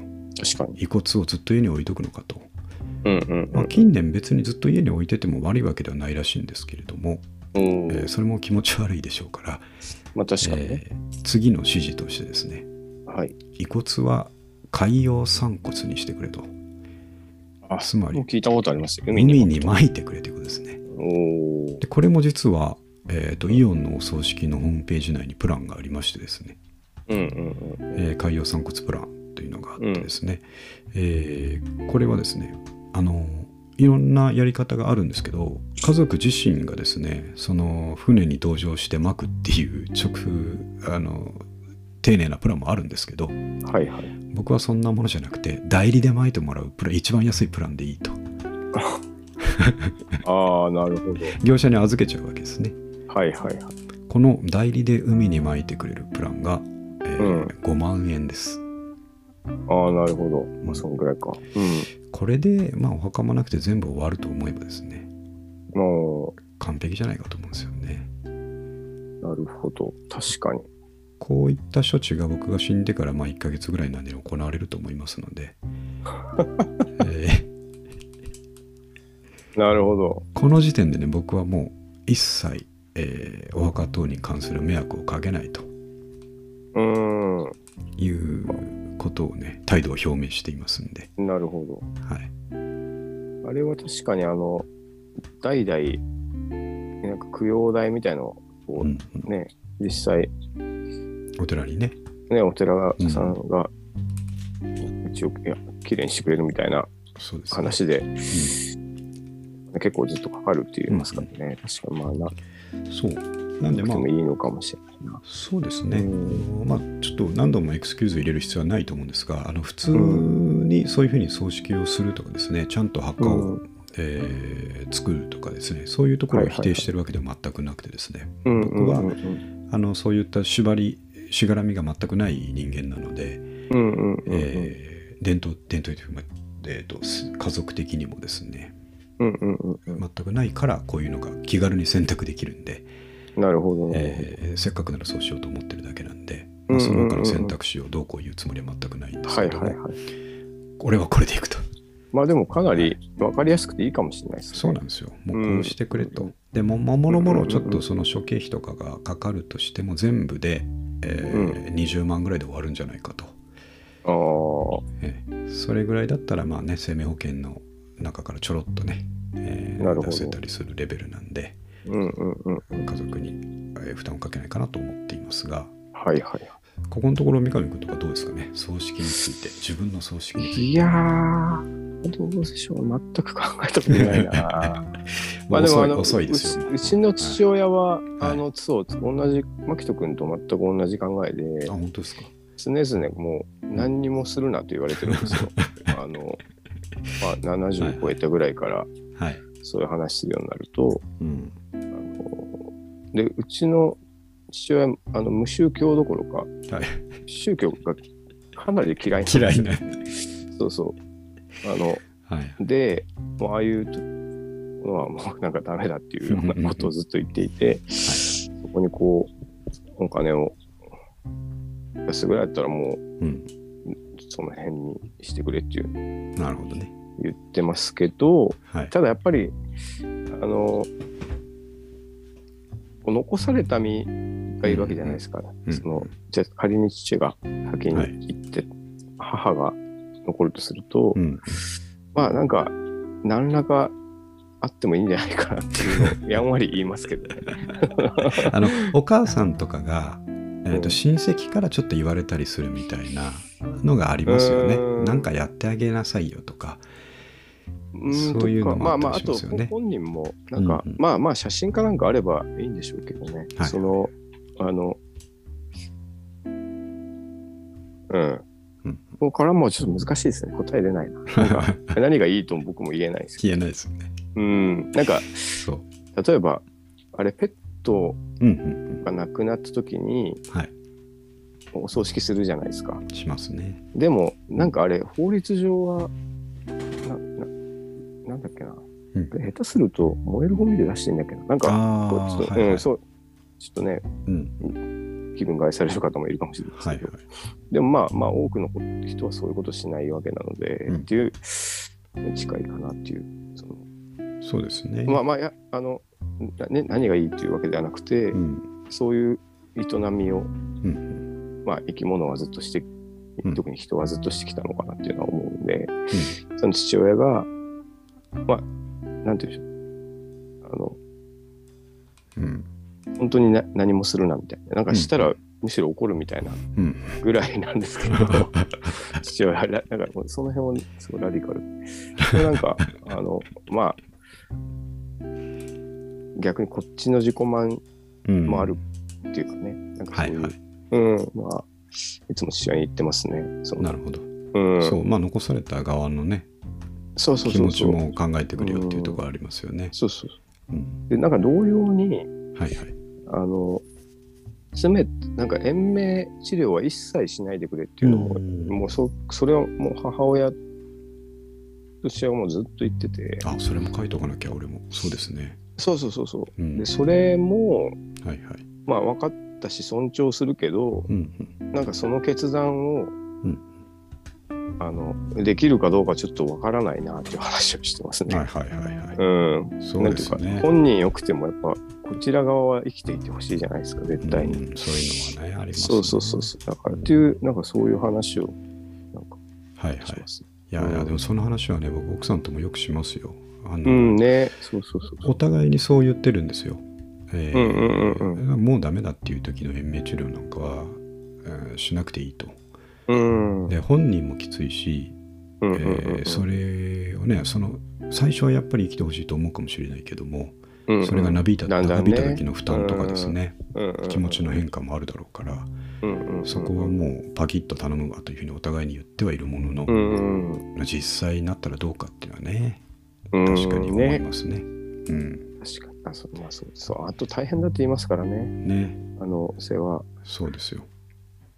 確かに。
遺骨をずっと家に置いとくのかと、
うんうん
まあ、近年別にずっと家に置いてても悪いわけではないらしいんですけれども、
うん。う
え
ん
ーそれも気持ち悪いでしょうから
まあ確かにね。
えー次の指示としてですね
はい。
遺骨は海洋散骨にしてくれと
あ
つま
も
り
う聞いたことありますよ。
海
海
に撒いてくれということですね
おー
でこれも実は、えーとイオンのお葬式のホームページ内にプランがありましてですね、
うんうんうん。
えー海洋散骨プランというのがあってですね、えーこれはですねあのいろんなやり方があるんですけど家族自身がですねその船に同乗してまくっていう直あの丁寧なプランもあるんですけど
はいはい。
僕はそんなものじゃなくて代理で巻いてもらうプラン一番安いプランでいいと
ああ、なるほど。
業者に預けちゃうわけですね
はいはいはい。
この代理で海に巻いてくれるプランが、えー
うん
5万円です
ああ、なるほど。まあ、そんぐらいか。うん。
これで、まあ、お墓もなくて全部終わると思えばですね
も
完璧じゃないかと思うんですよね
う、なるほど。確かに。
こういった処置が僕が死んでからまあ1ヶ月ぐらいなんで行われると思いますので、えー
なるほど。
この時点でね僕はもう一切、えーお墓等に関する迷惑をかけないと
うー
いうことをね態度を表明していますんで、
ん。なるほ
はい、
ど。あれは確かに、あの、代々、なんか供養台みたいのをこ
うんう
う、ね、実際、
んお寺にね
ね、お寺さんが、一応、いや、綺麗にしてくれるみたいな
そうですね
話で、結構ずっとかかるって言いますからね。確かに、まあ、
そうなんで
な
ま
くて
あ
もいいのかもしれないな。
そうですね、
う
まあ、ちょっと何度もエクスキューズ入れる必要はないと思うんですがあの普通にそういうふうに葬式をするとかですねちゃんと墓を、
うん
えー作るとかですねそういうところを否定してるわけでは全くなくてですね、
うん
僕は
うんうん
あのそういった縛りしがらみが全くない人間なので、
うんうんうんうん
えー伝統伝統というか、えーとす家族的にもですね
うんうんうんうん
全くないからこういうのが気軽に選択できるんで、
なるほどね。
えーせっかくならそうしようと思ってるだけなんで、
うんうんうんう
まあ
ん
その中の選択肢をどうこう言うつもりは全くないんですけ
はい
ども、
はいはい。
俺はこれでいくと
まあでもかなり分かりやすくていいかもしれないですね。
そうなんですよもう
う
こ
ん
うしてくれと、でもももろもろちょっ
うんうんう
とその諸経費とかがかかるとしても全部で、えー20万ぐらいで終わるんじゃないかと、
ああ、
ええそれぐらいだったらまあね生命保険の中からちょろっとね、えー
なるほど
出せたりするレベルなんで
うんうんうん。
家族にえー負担をかけないかなと思っていますが
はいはい。
ここのところ三上君とかどうですかね葬式について自分の葬式について
いやー、どうでしょう。全く考えたことない
*laughs*
な。
まあ
で
遅い
の
遅いですよ。
うちうちの父親
は
は、
い
あの、そう、同じ、牧人君と全く同じ考えで
あ、本当ですか。
常々もう何にもするなと言われてるんです
*laughs*
よ。あの、まあ、70超えたぐらいから、
はい。
そういう話するようになると、
うん。
あのでうちの父親あの無宗教どころか、
はい
宗教がかなり嫌いなんです
嫌
よ
いな。
そうそうあの
はい。
でもうああいうのはもうなんかダメだっていうようなことをずっと言っていてそこにこうお金を出すぐらいだったらもう
うん。
その辺にしてくれっていう
なるほどね。
言ってますけど
はい。
ただやっぱりあの残された身がいるわけじゃないですか、
うん
そのじゃあ仮に父が先
は
に行って、母が残るとすると、
うん。
まあなんか何らかあってもいいんじゃないかなっていうのをやんわり言いますけどね。
あのお母さんとかが。えー
う
と
ん
親戚からちょっと言われたりするみたいなのがありますよね
う。ん
なんかやってあげなさいよと
*laughs*
か。
う
そういうの
とか
も
ま
あ
あ
った
ま
り
ああ
しま
と
すよね
ご本人もなんか、
うんうん
まあまあ写真かなんかあればいいんでしょうけどね、
はい
そのあのうん
うん、
ここからもうちょっと難しいですね答え出ないな
*laughs*
何がいいとも僕も言えないですけ
言えないですよね。
どうんなんか
そう。
例えばあれペット
うんうん
が亡くなった時に
うん。はい。
お葬式するじゃないですか
しますね。
でもなんかあれ法律上はなななんだっけな
うん
下手すると燃えるゴミで出してんだっけどなんか
あ
こうちょっと、
あ。はいは
うん、
い。
そうちょっとね
うん。
気分害される方もいるかもしれないです
は
け
い
ど、
はい。
でもまあまあ多くの人はそういうことしないわけなので、
うん
っていう近いかなっていうその
そうですね。
まあまあいやあのな、ね、何がいいっていうわけではなくて、
うん。
そういう営みを、
うん。
まあ、生き物はずっとして
うん
特に人はずっとしてきたのかなっていうのは思うんで、その父親がまあなんて言うんでしょうあの
うん。
本当にな何もするなみたいななんかしたらむしろ怒るみたいな
うん。
ぐらいなんですけど
*laughs*
父親はラなんかもうその辺はすごいラディカルでもな
*laughs*
んかあのまあ逆にこっちの自己満
うん。
もあるっていうかね、なんか
は
そ
い
ういう、
はい。
うんまあいつも試合に行ってますね。そう
なるほど。
うん、
そう、まあ残された側のね、
そうそう
気
そ
持
う
ち
そう。
も考えてくれよっていうところありますよね。
そうそう。
うん
で、なんか同様に、
はいはい。
あの、詰め、なんか延命治療は一切しないでくれっていうのを、
うん
もうそ、それはもう母親としてはもうずっと言ってて、
あ、それも書いとかなきゃ、俺も。そうですね。
そうそうそうそうう。
ん。
で、それも、
はいはい。
まあ分かったし尊重するけど、
うん
なんかその決断を、
ん
あのできるかどうかちょっとわからないなっていう話をしてます
うん。
ね。
はいはいはいは
うん、
い。そうです
なんていう
ね
か。本人よくてもやっぱこちら側は生きていてほしいじゃないですか絶対に。
うんそういうのはね、ありますね
そうそうそうそうだからっていうなんかそういう話をなんか
はいは
し
い。
ます。
いやいや、でもその話はね、僕、奥さんともよくしますよ。あ
う
の、
んねそうそうそうそ
お互いにそう言ってるんですよ。え
う。うんうん
ー
うん
もうダメだっていう時の延命治療なんかは、えーしなくていいと。
うん。うん
で、本人もきついし、
うん
えーそれをね、その、最初はやっぱり生きてほしいと思うかもしれないけども、
うんうん
それがなびいた,、
だんだん
び
ね
いた時の負担とかですね、
うんうん
気持ちの変化もあるだろうから、
うんうんうん
そこはもうパキッと頼むわというふうにお互いに言ってはいるものの、
うんうん
実際になったらどうかっていうのはね
うん
確かに思い
ね
ますね。うん、
確かにあそうまあそうそうあと大変だって言いますからね。
ね
あの世話
そうですよ。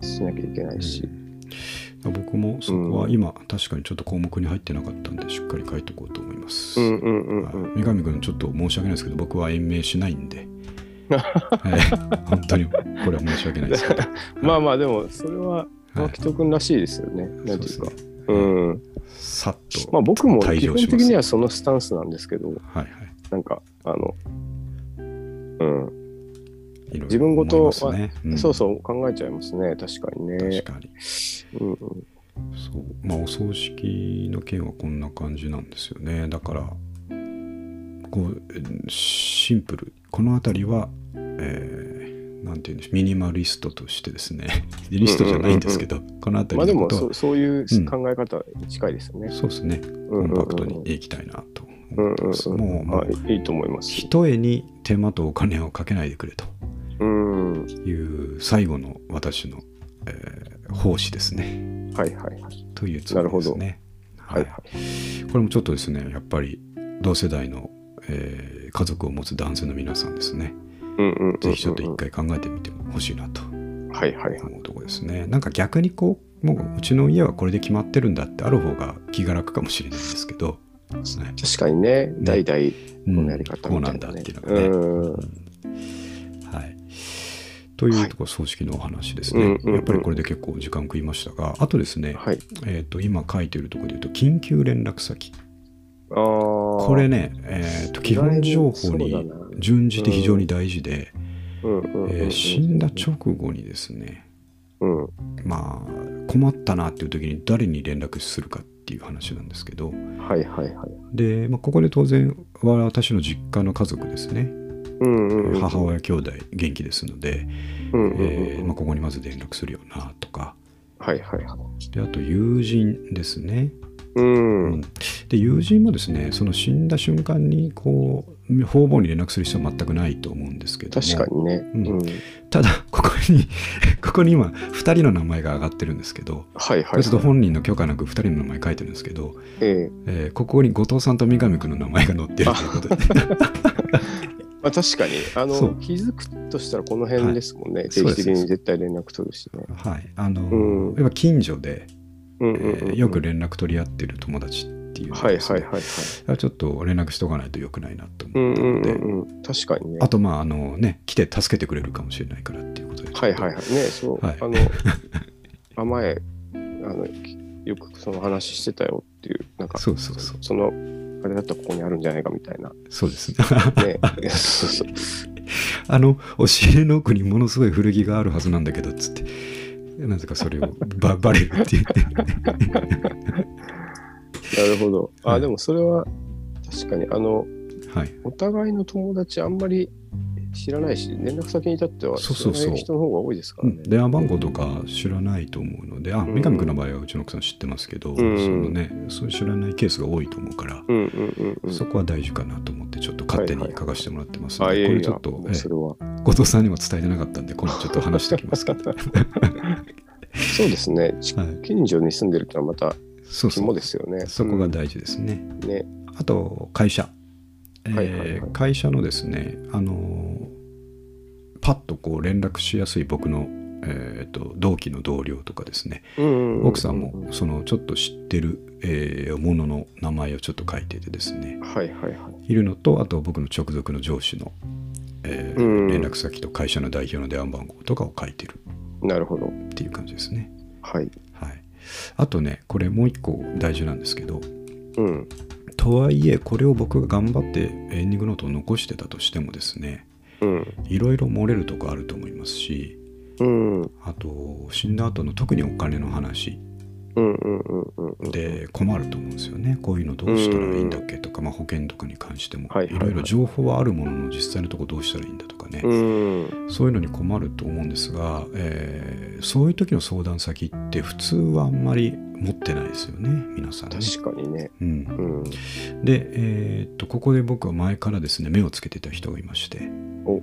しなきゃいけないし、
僕もそこは今、確かにちょっと項目に入ってなかったんでしっかり書いておこうと思います。
うんうんうん
はい
うん、
三上君ちょっと申し訳ないですけど僕は延命しない
*laughs*
んで、はい、本当にこれは申し訳ないですけ
*laughs*
ど、
まあまあでもそれは
はい
牧人君らしいですよ
そ
ね、
う
な
んで
ていう
す
か
ね
う、ん、
さっと、
まあ僕も
退
基
場
本
し
的
ます
にはそのスタンスなんですけど
はいはい
なんかあのうん、
いろいろ
自分ごとは
思いますねん
そうそう考えちゃいますね確かにね
確かに
うん
そうまあお葬式の件はこんな感じなんですよねだからこうえシンプルこの辺りは、えーなんていうんでしょうミニマリストとしてですね *laughs* リストじゃないんですけど、この
うんまあ
辺
で
りの
も
ことは、
そうそういう
うん
考え方に近いですよね、
そうですね
う
コ
ん
ン
うんう
パクトに
ん
いきたいなと
うん
思ってます、
うんうん
もう、
あいいいと思います
ひとえに手間とお金をかけないでくれと
うんはい
いう最後の私の、えー奉仕ですね
はいはい
というつもりですね
はい
はい
は
これもちょっとですねやっぱり同世代の、えー家族を持つ男性の皆さんですね
い
ぜひちょっと一
回
回考えてみてほしいなと
はいはいはい
思うところですねなんか逆にこうもううちの家はこれで決まってるんだってある方が気が楽かもしれないんですけど、ね
確かにね代々
うん
このやり方
こう
み
な
た
ん
い
だ
な、
って
ね
いうの。がね、
うん
はい。というところ、葬式のお話ですね、
うんうんうん
やっぱりこれで結構時間食いましたが、あとですね、
はい。
えっと今書いてるところで言うと、緊急連絡先。
あー
これ、ね、えっと基本情報に準じて非常に大事で、
うんうんうん
えー死んだ直後にですね、
うん。
まあ、困ったなっていう時に誰に連絡するかっていう話なんですけど、
はいはいはい。
で、まあ、ここで当然、私の実家の家族ですね、
うんうんうん、
母親、兄弟元気ですので、
うんうんうん
えーまあ、ここにまず連絡するよなとか
はいはいはい。
であと友人ですね、
うん。うん
で友人もですねその死んだ瞬間にこう方々に連絡する必要は全くないと思うんですけども
確かにね。
う
うんん。
ただ *laughs* ここにここに今2人の名前が上がってるんですけど、
はい
こ
はい、
れちょっと
はい。
本人の許可なく2人の名前書いてるんですけど、
ええ
えーここに後藤さんと三上君の名前が載ってるということ
*laughs*
で *laughs*
まあ、確かに、あ
そ
の
う、
気づくとしたらこの辺ですもんね。定期的に絶対連絡取るしね。
はいあの、
うん
やっぱ近所で、
うん
え
うんうん、
ーよく連絡取り合ってる友達っていうのが
はい
で
は
す
い
ね
はいはい。
あちょっと連絡しとかないと良くないなと
う
思っ
んう
たの
ん
で、
うんうん。確かにね。
あとまああのね来て助けてくれるかもしれないからっていうことで
はいはいはい。ね、そう。
はい *laughs*
あの、あ前、あの、よくその話してたよっていう、なんか、
そうそうそう
その、あれだったらここにあるんじゃないかみたいな。
そうですね
ね。
*laughs*
そうそう
あの押し入れの奥にものすごい古着があるはずなんだけどっつってなぜかそれをば *laughs* バレるっていう
なるほど。
は
あ、
い
でもそれは、確かに、あの、
はい
お互いの友達あんまり知らないし、連絡先に至っては
そう
知
そう
ら
そう
ない人の方が多いですか
う
ら
ん
ね。
電話番号とか知らないと思うのであ
ん
三上君の場合はうちの奥さん知ってますけど、
ん
そのねそういう知らないケースが多いと思うから、
うんうんうんうん。
そこは大事かなと思ってちょっと勝手に書かせてもらってますの
あ、
で、
いやい
こ
や、
れちょっと、
も
え
う
え
それは。 *laughs*
後藤さんにも伝えてなかったんで、今度ちょっと話しておきますけど。
*laughs* そうですね。ち
はい、
近所に住んでるってのはまた
そうそう
肝ですよね。
そこが大事ですね。
うんね。
あと会社、えー
はいはいはい
会社のですね、あのーパッとこう連絡しやすい僕の、えーと同期の同僚とかですね、奥
奥
さんもそのちょっと知ってる、えーものの名前をちょっと書いててですね
はいはいはい。
いるのとあと僕の直属の上司の、えー
うん
連絡先と会社の代表の電話番号とかを書いてる
なるほど。
っていう感じですね。
はい。
はい、あとねこれもう一個大事なんですけど
うん。
とはいえこれを僕が頑張ってエンディングノートを残してたとしてもですね
うん。
いろいろ漏れるとこあると思いますし
うん。
あと死んだ後の特にお金の話
うんうんうんうんうん。
で困ると思うんですよねこういうのどうしたらいいんだっけとか、まあ、保険とかに関しても
はいはい
いろいろ情報はあるものの実際のとこどうしたらいいんだとかね
うん。
そういうのに困ると思うんですが、えーそういう時の相談先って普通はあんまり持ってないですよね皆さんね。
確かにね。
うん
うん。
で、えーっとここで僕は前からですね目をつけてた人がいまして
お、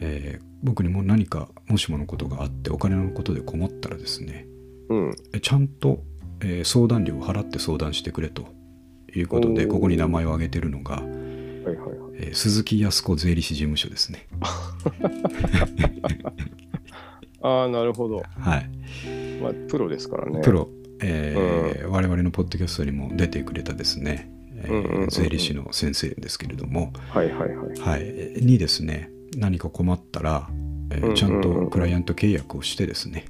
えー僕にも何かもしものことがあってお金のことで困ったらですね
うん。
えちゃんと、えー相談料を払って相談してくれということで
おー
ここに名前を挙げてるのが、
はいはいはい。
えー鈴木康子税理士事務所ですね。
ああ、なるほど。
はい、
まあ、プロですからね。
プ。ロ、えー我々のポッドキャストにも出てくれたですね、えー
うんうんうんうん
税理士の先生ですけれども、
はいはいはい。
はい、にですね何か困ったら、えー
うんうんうん
ちゃんとクライアント契約をしてですね、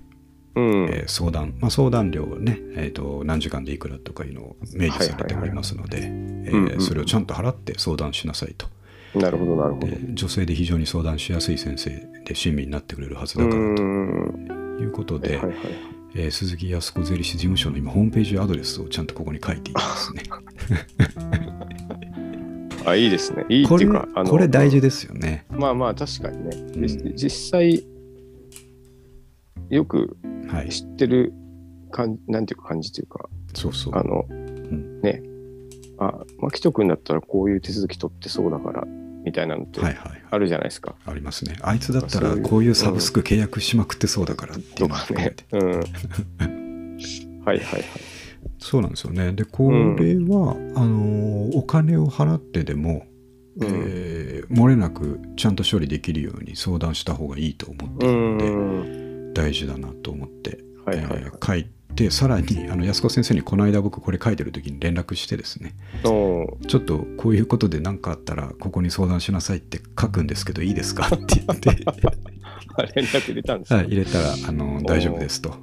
うん。
えー相談、まあ、相談料はね、えー、と何時間でいくらとかいうのを明示されておりますのでえ
うんうんう
ー
ん
それをちゃんと払って相談しなさいと、
なるほどなるほ
え
ど。
ー女性で非常に相談しやすい先生で親身になってくれるはずだ
う
からと
ん。
いうこと
はい
で、
はいはい。
えー鈴木康子税理士事務所の今ホームページアドレスをちゃんとここに書いていますね
あ、いいですね。 *laughs* いいって
こ
い
れ
うか、あの
これ大事ですよね、
まあまあ、確かにね。
うん
実実際、よく
はい、
知ってる感じ、なんていうか感じというか、
そうそう
あの、
ん
ね、あ、牧人君だったらこういう手続き取ってそうだから、みたいなのって
はいはい
あるじゃないですか。
ありますね。あいつだったら
そういう
こういうサブスク契約しまくってそうだからってい
と
うのも
か
含め
ね
て。
うん。はいはいはい。
そうなんですよね。で、これは、あのーお金を払ってでも、
うん。
えー漏れなくちゃんと処理できるように相談した方がいいと思って
う
いるので、
ん。
大事だなと思って、
はいはいはい
え。ー書いて、さらにあの安子先生にこの間僕これ書いてる時に連絡してですね、
おー
ちょっとこういうことで何かあったらここに相談しなさいって書くんですけどいいですかって言
*laughs*
って、
あ連絡入れたんです
はい
ね
入れたらあの大丈夫ですと。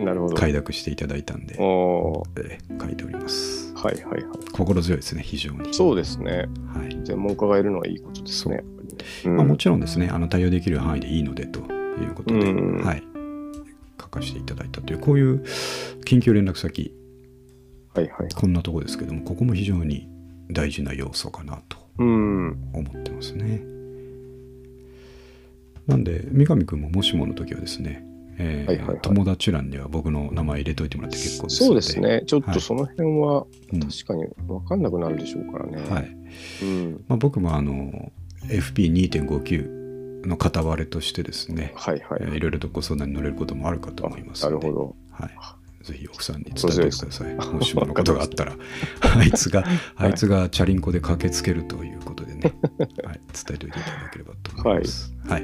なるほど。
快諾していただいたんで、
おー
えー書いております
はいはいはい。
心強いですね非常に
そうですね。
はい
専門家がいるのはいいことですね。うん
まあ、もちろんですねあの対応できる範囲でいいのでということで、
うん
はい、書かせていただいたというこういう緊急連絡先
はいはい。
こんなとこですけどもここも非常に大事な要素かなと
うん。
思ってますねなんで三上君ももしもの時はですね、えー
はいはいはい
友達欄には僕の名前入れといてもらって結構ですの
そうです、ね。ちょっ
はい
とその辺は
うん
確かに分かんなくなるでしょうからね。
はい、
うん。
まあ、僕もあの FP2.59 の片割れとしてですね、
はいは
えーい
い。
ろいろとご相談に乗れることもあるかと
あ
思います
な
の
る
で
ほど。
はい、ぜひ奥さんに伝えてくださいもしものことがあった
*laughs*
らあいつが
は
あ
い
いつがチャリンコで駆けつけるということで
*laughs*
ね、はい、伝えておいていただければと思います、はい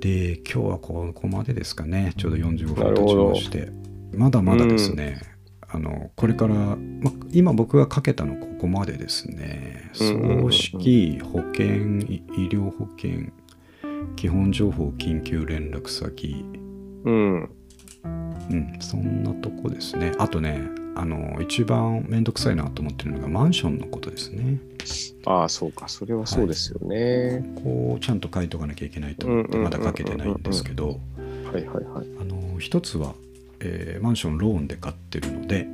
で今日はここまでですかねちょうど45
な
分
る
経
ほ
ち
ど
ましてまだまだですね、あのこれから、ま、今僕がかけたのここまでですね
うんうんうんう
葬
ん
式保険い医療保険基本情報緊急連絡先
うん。
うん、そんなとこですね。あとね、あの、一番めんどくさいなと思ってるのがマンションのことですね。
ああ、そうか。それはそうですよね。
ここをちゃんと書いとかなきゃいけないと思って、
うんうんうんう
ま
ん
だ書けてないんですけど、
はいはいはい。
あの、一つは、えーマンションローンで買ってるので、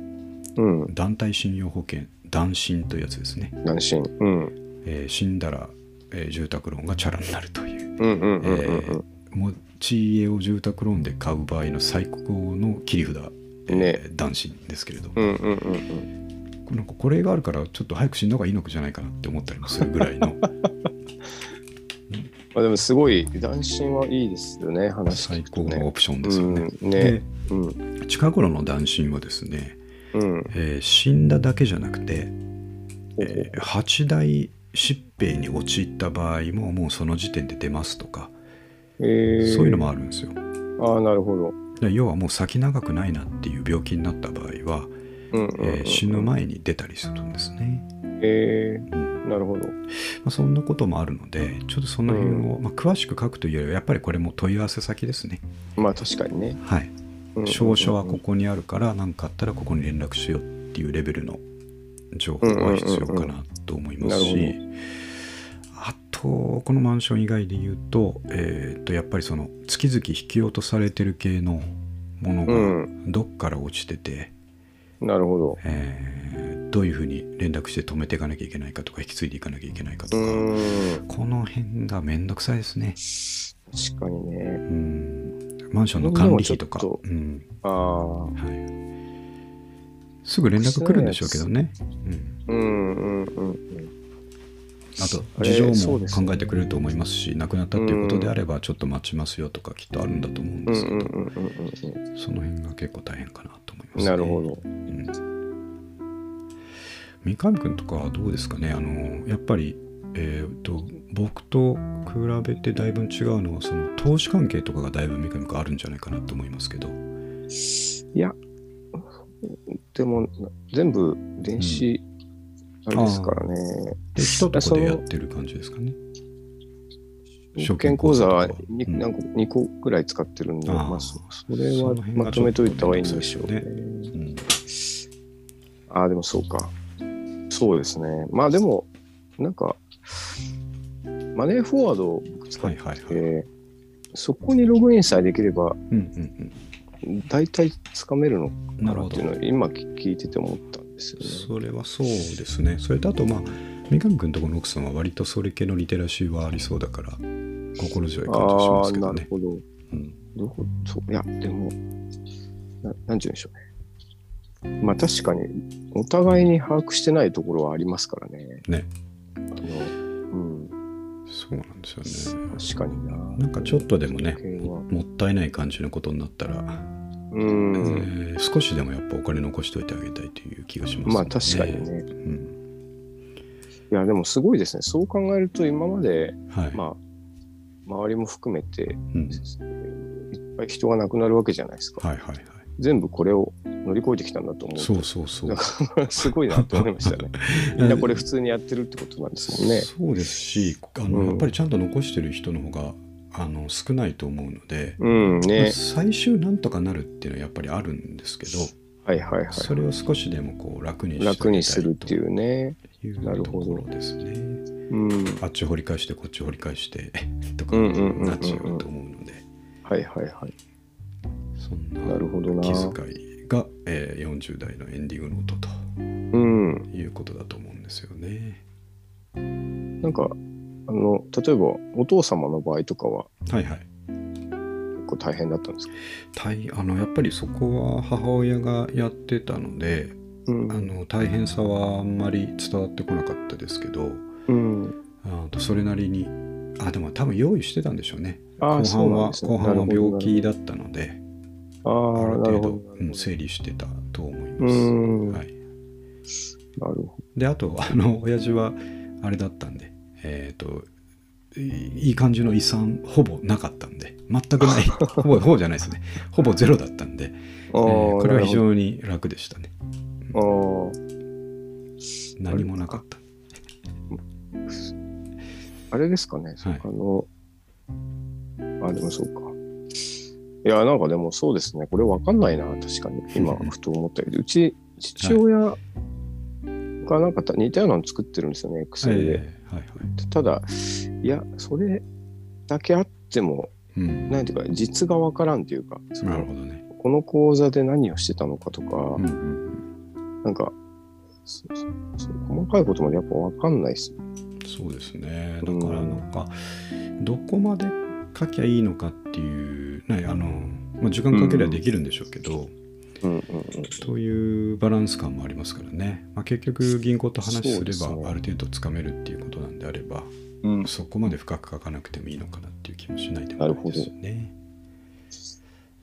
うん。
団体信用保険、団信というやつですね。
安心。うん。
えー死んだら、えー住宅ローンがチャラになるという。
うんうん
え
うんうん
ー持ち家を住宅ローンで買う場合の最高の切り札、えー
ね
団信ですけれども
うん。うんうんうんうん。
なんかこれがあるからちょっと早く死んだ方がいいのじゃないかなって思ったりも *laughs* するぐらいの
まあでもすごい、安心はいいですよね、話
最
聞く
高
とね。
のオプション
う
ですよね。
ん。
で
ね。うん。
近頃の男神はですね、
うん。
えー死んだだけじゃなくて、
ほうほ
えー八大疾病に陥った場合ももうその時点で出ますとか、
うえー
そういうのもあるんですよ。だか
ああ、なるほど。
ら要はもう先長くないなっていう病気になった場合は、
うん
えー死ぬ前に出たりするんですね。
えー
うん
なるほど。
まあ、そんなこともあるのでちょっとその辺を、まあ、詳しく書くというよりはやっぱりこれも問い合わせ先ですね
まあ確かにね。
はい
うん
証書はここにあるから何かあったらここに連絡しようっていうレベルの情報は必要かなと思いますし、
うんうんうんう
あとこのマンション以外で言うと,、えー、とやっぱりその月々引き落とされてる系のもの
う
が
ん。
どっから落ちてて、
なるほど。
えーどういうふうに連絡して止めていかなきゃいけないかとか引き継いでいかなきゃいけないかと
う
か、
ーん。
この辺がめんどくさいですね。
確かにね。
うんマンションの管理費とか
でもちょっ
うん
ああ。
はい、すぐ連絡来るんでしょうけどね、うん、
うんうんうんうん。
あと
あれ
事情
そう
も
ですね
考えてくれると思いますし亡くなったっていうことであればちょっと待ちますよとかきっとあるんだと思うん
う
で
ん
すけ
う
ど、
んうんうんうん
その辺が結構大変かなと思います、
うん。
ね、
なるほど。
うん、三上君とかはどうですかねあのやっぱり、えー、と僕と比べてだいぶ違うのはその投資関係とかがだいぶ三上君あるんじゃないかなと思いますけど。
いや、でも、全部電子、あれですからね。
で、人とこでやってる感じですかね。
証券口座はに
うん
なんか2個ぐらい使ってるんで、
あー
まあ、そそれ
そ
は
の辺が
まとめといた方がいいんでしょう
ちょっ
ね
と。うん
ああ、でもそうか。そうですね。まあでも、なんか、マネーフォワードを僕使
は
っ
い
て、
はいはい。
そこにログインさえできれば、
うんうん
大体つかめるのか
うん。なる
な
ほ
っていう
ど
の。を今聞いてて思ったんですよね。
それはそうですね。それとあと、まあ、三上君とこの奥さんは割とそれ系のリテラシーはありそうだから、心強い感じがし
あ
ま
あ
すけ
ー、な
ど
る
ね。
ほど。
うん
どこそういや、でも、ななんて言うんでしょうね。まあ確かに、お互いに把握してないところはありますからね。
ね。
あの、うん、
そうなんですよね。
確かにな。
なんかちょっとでもね
時計は
もったいない感じのことになったら、
うん、
えー少しでもやっぱお金残しておいてあげたいという気がします、
まあ確かに。ね。
うん。
いや、でもすごいですね。そう考えると、今まで、
はい。
まあ、周りも含めて、
うん
いっぱい人が亡くなるわけじゃないですか。
はいはいはい。
全部これを乗り越えてきたんだと思うと。
そうそうそう
なん。か *laughs* すごいなと思いましたね。みんなこれ普通にやってるってことなんですもんね。
そうですしあの、
うん
やっぱりちゃんと残してる人の方があの少ないと思うので、
うん
まあ
ね。
最終なんとかなるっていうのはやっぱりあるんですけど、
はいはいはい。
それを少しでもこう楽にしてあげた
楽にするっていううね。
いう
なる
と
ほど
ころですね。
うん。
あっち掘り返してこっち掘り返して *laughs* とか
うんうんうんうんうん
なっちゃうと思うので
はいはいはい。
そん
なる
な
ほどな。
気遣いが、えー40代のエンディングの音と
うん。
いうことだと思うんですよね。
なんか、あの、例えばお父様の場合とかは
はいはい。
結構大変だったんですか
大あのやっぱりそこは母親がやってたので
うん
あの大変さはあんまり伝わってこなかったですけど
うん。
あとそれなりにあでも多分用意してたんでしょうね
あ
後
あ、そう
半
なん
は、
ですね。
後半は
なるほど
病。気だったので
ああ
ある
ー、なる
程
ほ
度
ど。
うん、整理してたと思いうます、
ん。な
は
る
い、
ほど。
であとあの親父はあれだったんでえっ、といいい感じの遺産ほぼなかったんで全く
*laughs*
ないほぼほぼじゃないですねほぼゼロだったんで、
あ
え
あ
ーこれは非
に。
常に楽でしたね
あー
何もなかった
あれですかね。
はい
あの、あ、でもそうか。いや、なんかでもそうですね。これわかんないな、確かに。
*laughs*
今、ふと思ったけど、うち、父親がなんかた似たようなの作ってるんですよね、
え
Excel で。
ーはいはい
ただ、いや、それだけあっても、
うん
なんていうか、実がわからんというか、そ
なる
の
ほどね。
この講座で何をしてたのかとか、
うんうん
なんか、そそそ細かいことまでやっぱわかんないです。
うん、そうですね。だ
うん
からなんか、どこまで書きゃいいのかっていう、ね、あの、まあ、時間かけりゃできるんでしょうけど、
うんうんうん。
というバランス感もありますからね。まあ、結局、銀行と話すれ
そうです
ば、
ね
ある程度つかめるっていうことなんであれば、
うん
そこまで深く書かなくてもいいのかなっていう気もしないでも
な
な
る
い
ほど
ですよね。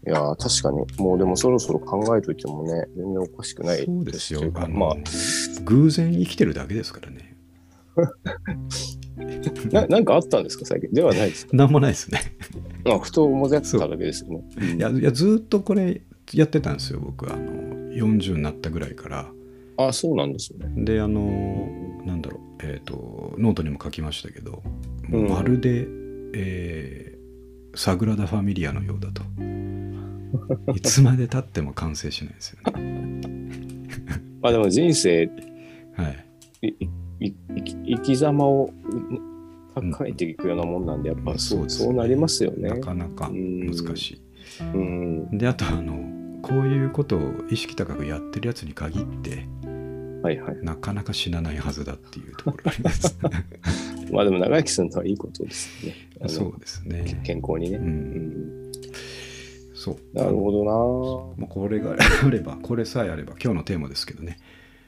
いやー、確かに。もうでもそろそろ考えといてもね、全然おかしくない
そうですよ
といか
あの *laughs*
まあ、
偶然生きてるだけですからね
ななんかあったんですか、最近。では
*laughs*
ないですか。
なんもないですね
まあ、ふと思い出しただけですよね。うん
いやいやずーっとこれやってたんですよ僕あの40になったぐらいから
あ、そうなんですよね。
であのなんだろうえっ、とノートにも書きましたけどもううんまるで、えーサグラダ・ファミリアのようだ
*laughs*
といつまでたっても完成しないですよね
まあでも人生、
はい
いい生き生き様を書いていくようなもんなんで、やっ
ま
ぱ
あ
そう,、
ですね
そうなりますよね
な。かなか難しい
うん。
であとあのこういうことを意識高くやってるやつに限って
はいはい。
なかなか死なないはずだっていうところあります
*laughs* まあでも長生きするのはいいことですよね。あの
そうですね
健康にね。
う
うんん、
そう
なるほど
もうこれがあればこれさえあれば今日のテーマですけどね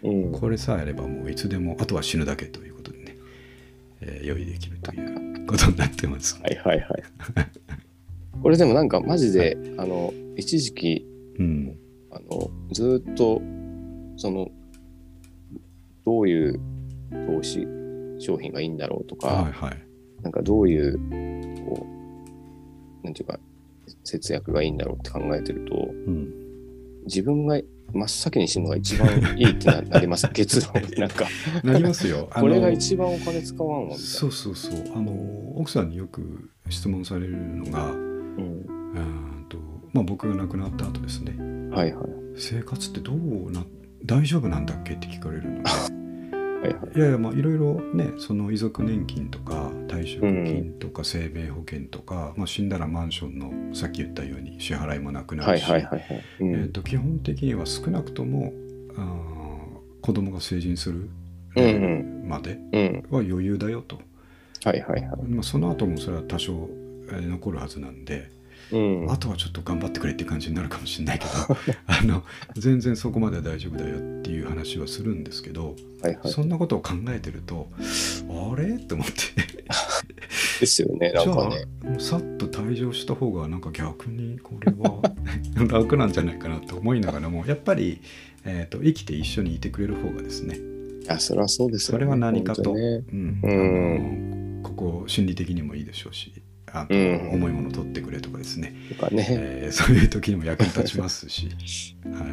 な。うん。
これさえあればもういつでもあとは死ぬだけということでね、えー用意できるということになってます、
はい
*laughs*
はいはい。これでもなんかマジで、あの、一時期、
うん
あの、ずーっと、その、どういう投資商品がいいんだろうとか、
はいはい
なんかどういう、こう、なんていうか、節約がいいんだろうって考えてると、
うん、
自分が真っ先に死ぬのが一番いいってなな
*laughs*
ります、結論。なんか、
なります
*laughs*
よ
これが
あの
一番お金使わんわ、みたいな。
そうそうそうあの奥さんによく質問されるのが
うん
うーんとまあ、僕が亡くなった後ですね
はいはい。
生活ってどうな大丈夫なんだっけって聞かれるので
*laughs* はいは
い
い。
やいやまあいろいろねその遺族年金とか退職金とか生命保険とか、まあ、死んだらマンションのさっき言ったように支払いもなくな
は
る
い
し、
はいはいはい。
え
う
ー、
ん。
と基本的には少なくともあー子供が成人する
うんう
まで
うん。
は余裕だよと、
はいはいはい。
まあ、その後もそれは多少えー残るはずなんで、
うん。
あとはちょっと頑張ってくれって感じになるかもしれないけ
*laughs*
どあの全然そこまでは大丈夫だよっていう話はするんですけど、
はいはい。
そんなことを考えてるとあれと思って
ですよね、なんかね。
もうさっと退場した方がなんか逆にこれは *laughs* 楽なんじゃないかなと思いながらもやっぱり、えー、と生きて一緒にいてくれる方がですね、
いや、それはそうですよね。
それは何かと
本当ね
うんあのここ心理的にもいいでしょうしあと
うん
重いもの取ってくれとかですね
とかね。
えー *laughs* そういう時にも役に立ちますし、
*laughs*
は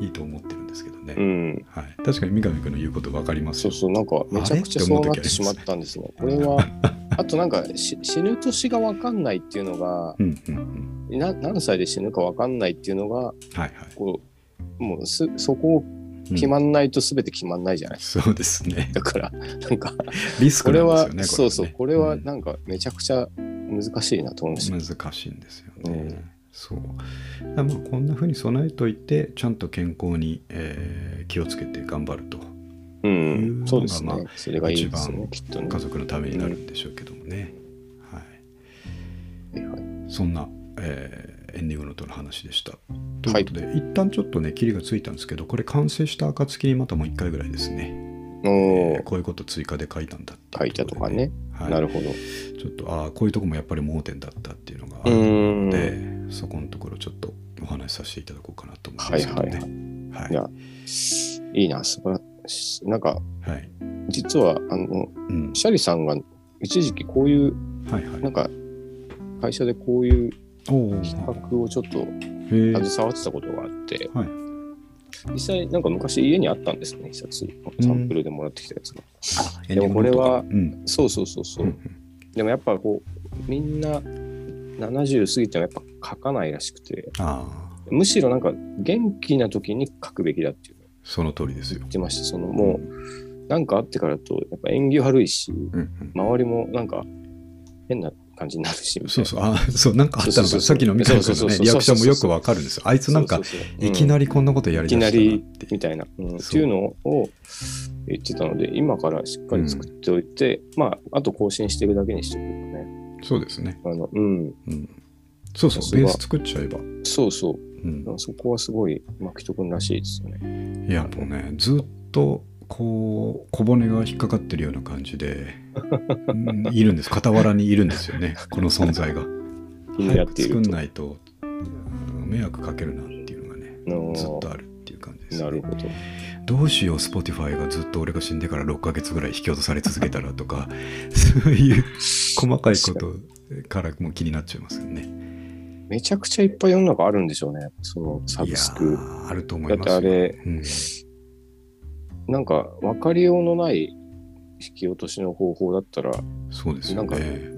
い、いいと思ってるんですけどね、
うん。
はい、確かに三上君の言うこと分かります
そ
よ
うそう、なんかめちゃくちゃそうなってしまったんですね。これは、 *laughs* あとなんかし死ぬ年が分かんないっていうのが、
うんうんうん
な何歳で死ぬか分かんないっていうのが、
はいはい、
こう、もうすそこを
うん
決まんないと全て決まんないじゃない *laughs* です
そうですね
か。だから、なんか、
リス
こ
ク
れ
なんです
は
よねこれはね
そうそう、これは
うん
なんかめちゃくちゃ難しいなと思いました。
難しいんですよね、
うん
そうだからまあこんな風に備えといてちゃんと健康に、えー気をつけて頑張ると
うん、
うん
そうですね
まあま。
それがいいですね、きっとね。
家族のためになるんでしょうけどもね、はい、
はいはい
そんな、えーエンディングのとの話でしたということで、一旦ちょっとね霧がついたんですけどこれ完成した暁にまたもう一回ぐらいですね、
お
えー
ー
こういうこと追加で書いたんだって
書
いう
いた
ことろ
か
で
ね。
はい、
なるほど。
ちょっとああこういうとこもやっぱり盲点だったっていうのがあ
う
る
ん。
で、そこのところちょっとお話しさせていただこうかなと思いますけどね。はい
いやいいな、素晴らしい。なんか、
はい。
実は、あの、
うん。
シャリさんが一時期こういう、
はいは
なん
い。
か、会社でこういう
おお。
企画をちょっと
へえ。
携わってたことがあって、
はい。
実際、なんか昔家にあったんですよね、一冊。サンプルでもらってきたやつが。
エンディングの
でもこれ
とか
は
うん。
そうそうそうそうう。
ん
でもやっぱこう、みんな70過ぎてもやっぱ書かないらしくて、
ああ、
むしろなんか元気な時に書くべきだっていう
その通りですよ
言っ。てました。そのもう、なんかあってからだと、やっぱ縁起悪いし、
うんうん。
周りもなんか変な感じになるしみた
そ
いうな。
そう。ああ、そう。なんかあったの
そうそうそう
がさっきの三上君
そ
の
うそう
ね
そうそう
リアクションもよくわかるんですよ。あいつなんか
そうそうそう
いきなりこんなことやりだした
いき
なって。
みたいな、うん、っ
そう
ていうのを言ってたので、今からしっかり作っておいて、まあ、あと更新していくだけにしておくとね。
そうですね。
あの、うん、
うん。そうそ
さ
う。
すが
ベース作っちゃえば。う
そうそ
ん。
う、そこはすごい、牧人君らしいですよね。
いやもうねずっとこう小骨が引っかかってるような感じで、うんいるんです傍らにいるんですよねこの存在が
*laughs* 気にな
早
っ
く
てい
作
る
ん
と。
ないと迷惑かけるなっていうのがね、
の
ずっとあるっていう感じです、
なるほど。
どうしよう、Spotify がずっと俺が死んでから6ヶ月ぐらい引き落とされ続けたらとか、 *laughs* そういう細かいことからも気になっちゃいますよね。
めちゃくちゃいっぱい世の中あるんでしょうね。そのサ
い
ブ
や
スク。
ーあると思
だ
い
っ
ま
て
すよ
あれ、
うん、
なんか分かりようのない引き落としの方法だったら、
そうですよ
なんか
ね。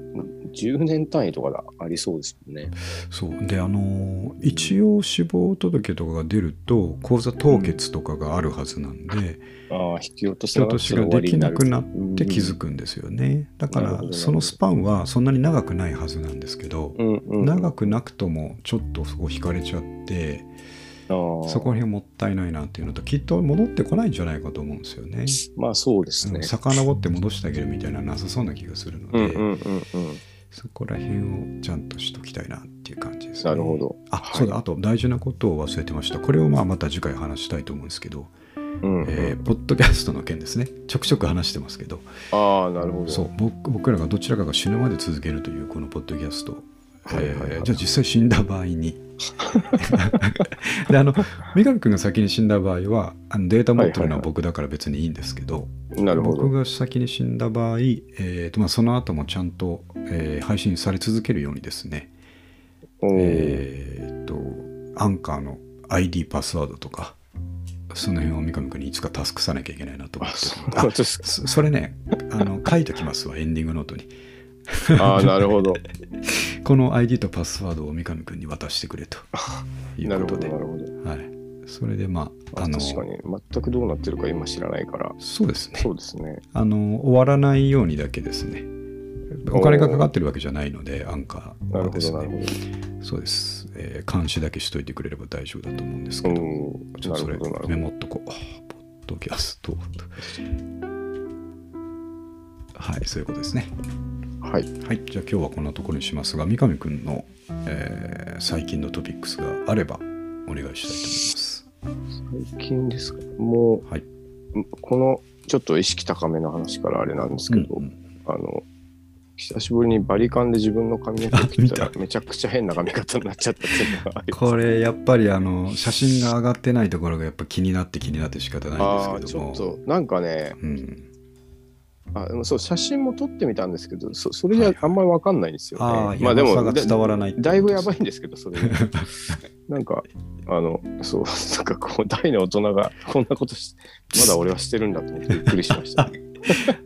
10年単位とかだありそうですもんね。
そうであのー一応死亡届とかが出ると口座凍結とかがあるはずなんで
ああ、引き落とし
引き落としができなくなっ
って
気づくんですよねだか
なるほ
ら
ど
そのスパンはそんなに長くないはずなんですけど
うんうん、
長
く
くなくともちょっとそこ引かれちゃってそ
そ
こら辺もったいないなっていうのときっと戻ってこないんじゃないかと思うんですよね。
まあそうですね。
さかのぼって戻してあげるみたいなのはなさそうな気がするの
うん
で、
うんうんうん。
そこら辺をちゃんとしときたいなっていう感じですね。
なるほど。
あ、
はい
そうだ、あと大事なことを忘れてました。これをまあまた次回話したいと思うんですけど、
うんうん
えーポッドキャストの件ですね。ちょくちょく話してますけど、
ああ、なるほど。
そう僕僕らがどちらかが死ぬまで続けるというこのポッドキャスト。
はいはいはい
えーじゃあ実際死んだ場合に。であの三上君が先に死んだ場合はあのデータ持ってるのは僕だから別にいいんですけど、
なるほ
僕
ど。
が先に死んだ場合、えーとまあ、その後もちゃんと、えー配信され続けるようにですね、
おー
えーっと、アンカーの ID パスワードとか、その辺を三上君にいつかタスクさなきゃいけないなと思
あ
って
そ
る
う
あ
ですか。
そそれねあの、書いときますわ、エンディングノートに。
ああ、なる
*laughs*
ほど。
この ID とパスワードを三上君に渡してくれとい
な
う
る
こ
ほ
と
ど、
で。
なるほど。
はい、それで、まあ、あの、
確かに、全くどうなってるか今知らないから、
そうですね
そうですね。
あの、終わらないようにだけですね。お金がかかってるわけじゃないので、アンカー
な
は
るほ
です
ど、なる
ね。
ほ
そうです、えー監視だけしといてくれれば大丈夫だと思うんですけ
ど。
ど。
うん、
ちょっと
なる
そ
ほ
れ
ど、なるほ
メ
ど。
モっとこう。ポッドキャスト。はい、そういうことですね。
はい。
はい、じゃあ今日はこんなところにしますが、三上くんの、えー最近のトピックスがあればお願いしたいと思います。
最近ですかもう、
はい
このちょっと意識高めの話からあれなんですけど、
うんうん
あの久しぶりにバリカンで自分の髪の毛を切っ
*laughs*
た
あ
らめちゃくちゃ変な髪型になっちゃったっていうのがあります
これやっぱりあの写真が上がってないところがやっぱ気になって気になって仕方
あ
ない
あ
ん
ー
です
ち
けど
ょ
も。
っとなんかね
うん、
あでもそう写真も撮ってみたんですけどそそれじゃあんまりわかんないんですよね、
ああ、
まあで
やばさ
も
が
だ
伝わらないってこと
だいぶやば
で
いんですけ *laughs* どそれなんかあのそうなんかこう大の大人がこんなことしまだ俺はしてるんだと思ってびっくりしました、
す。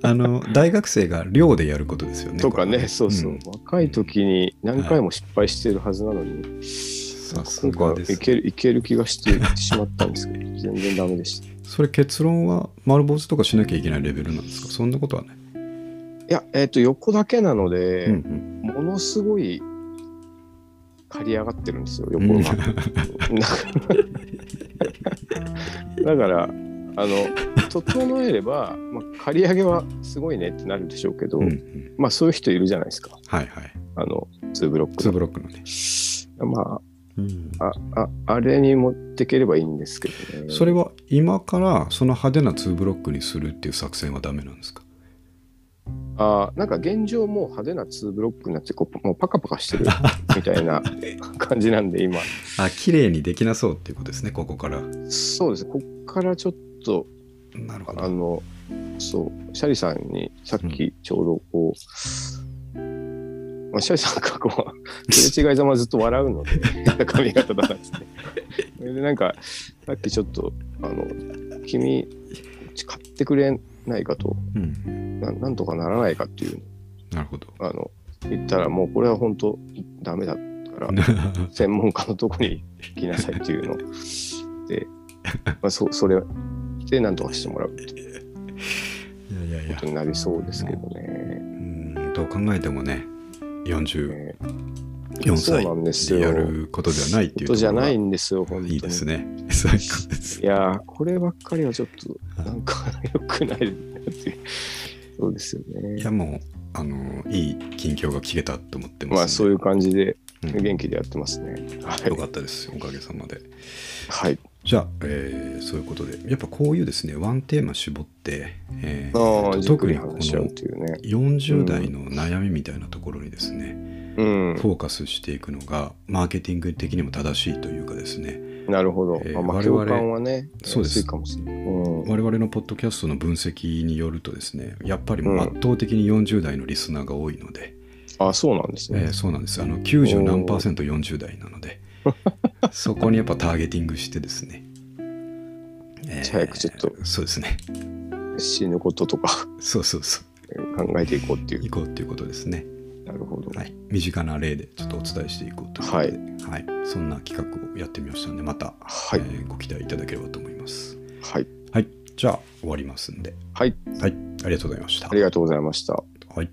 あの大学生が寮でやることですよね。
とか
これ
ね、そうそう、
ん
若い時に何回も失敗してるはずなのに、
さす
今
がで
回
す
いけるいける気がしてしまったんですけど、全然ダメでした。い
それ結論は丸坊主とかしなきゃいけないレベルなんですかそんなことはない。
や、えっ、と、横だけなので、
うん
ものすごい刈り上がってるんですよ、
うん *laughs*
横が。だから、あの、整えれば、まあ、刈り上げはすごいねってなるでしょうけど、
うんうん
まあ、そういう人いるじゃないですか、
はいはい。
あの、ツーブロック
ツー
の。
ブロックのね。
まあ、あああれに持ってければいいんですけどね。
それは今からその派手なツーブロックにするっていう作戦はダメなんですか
あーなんか現状もう派手な2ブロックになってこうもうパカパカしてるみたいな感じなんで今
あ綺麗にできなそうっていうことですね、ここから。
そうですねこっからちょっと
なるほ
あ
ど。
のそうシャリさんにさっきちょうどこう、まあ、シャリさんがこうすれ違いざまずっと笑うので髪型だなっつってそれでなんかさっきちょっとあの君買ってくれないかと
うん、
ななんとかならないかっていう
なるほ *laughs* ど。
あの言ったらもうこれは本当ダメだから専門家のとこに行きなさいっていうの
*laughs*
で、まあ、そそれでなんとかしてもらうこ
いやいやいや
と、になりそうですけどね。
うんどう考えてもね、44
ねそう
歳
なんです
で
よ。
やることではないって
こ
いう
とじゃない
と
んですよ、
ころが
本当に。
いいですね。最高です
い。やー、こればっかりはちょっとなんか良くないっていう。そうですよ
い
ね。
やもうあのいい近況が聞けたと思ってますんで、
まあそういう感じで
うん
元気でやってますね。は
よ
い。
かったですおかげさまで
はい。
じゃあ、えーそういうことでやっぱこういうですねワンテーマ絞って、えー
ああ、じっ
特
くり
にこの
話し合うっていうね。
40代の悩みみたいなところにですね、
うん。
フォーカスしていくのがマーケティング的にも正しいというかですね
なるほど。
えー
まあまあ、
我々
共感はね、
そうです
安いかもしれない。うん。
我々のポッドキャストの分析によるとですねやっぱりもう圧倒的に40代のリスナーが多いので、
あ、そうなんです
え
ね
ー。そうなんですあの90何パーセント40代なのでそこにやっぱターゲティングしてですね、え
早くちょっと
そうですね
死ぬこととか *laughs*
そうそうそう
考えていこうっていう。
行こうっていうことですね、
なるほど。
はい、身近な例でちょっとお伝えしていこうということで、はいそんな企画をやってみましたのでまた、
はい
えーご期待いただければと思います
はい。
はいじゃあ終わりますんで
はい。
はいありがとうございました
ありがとうございました。
はい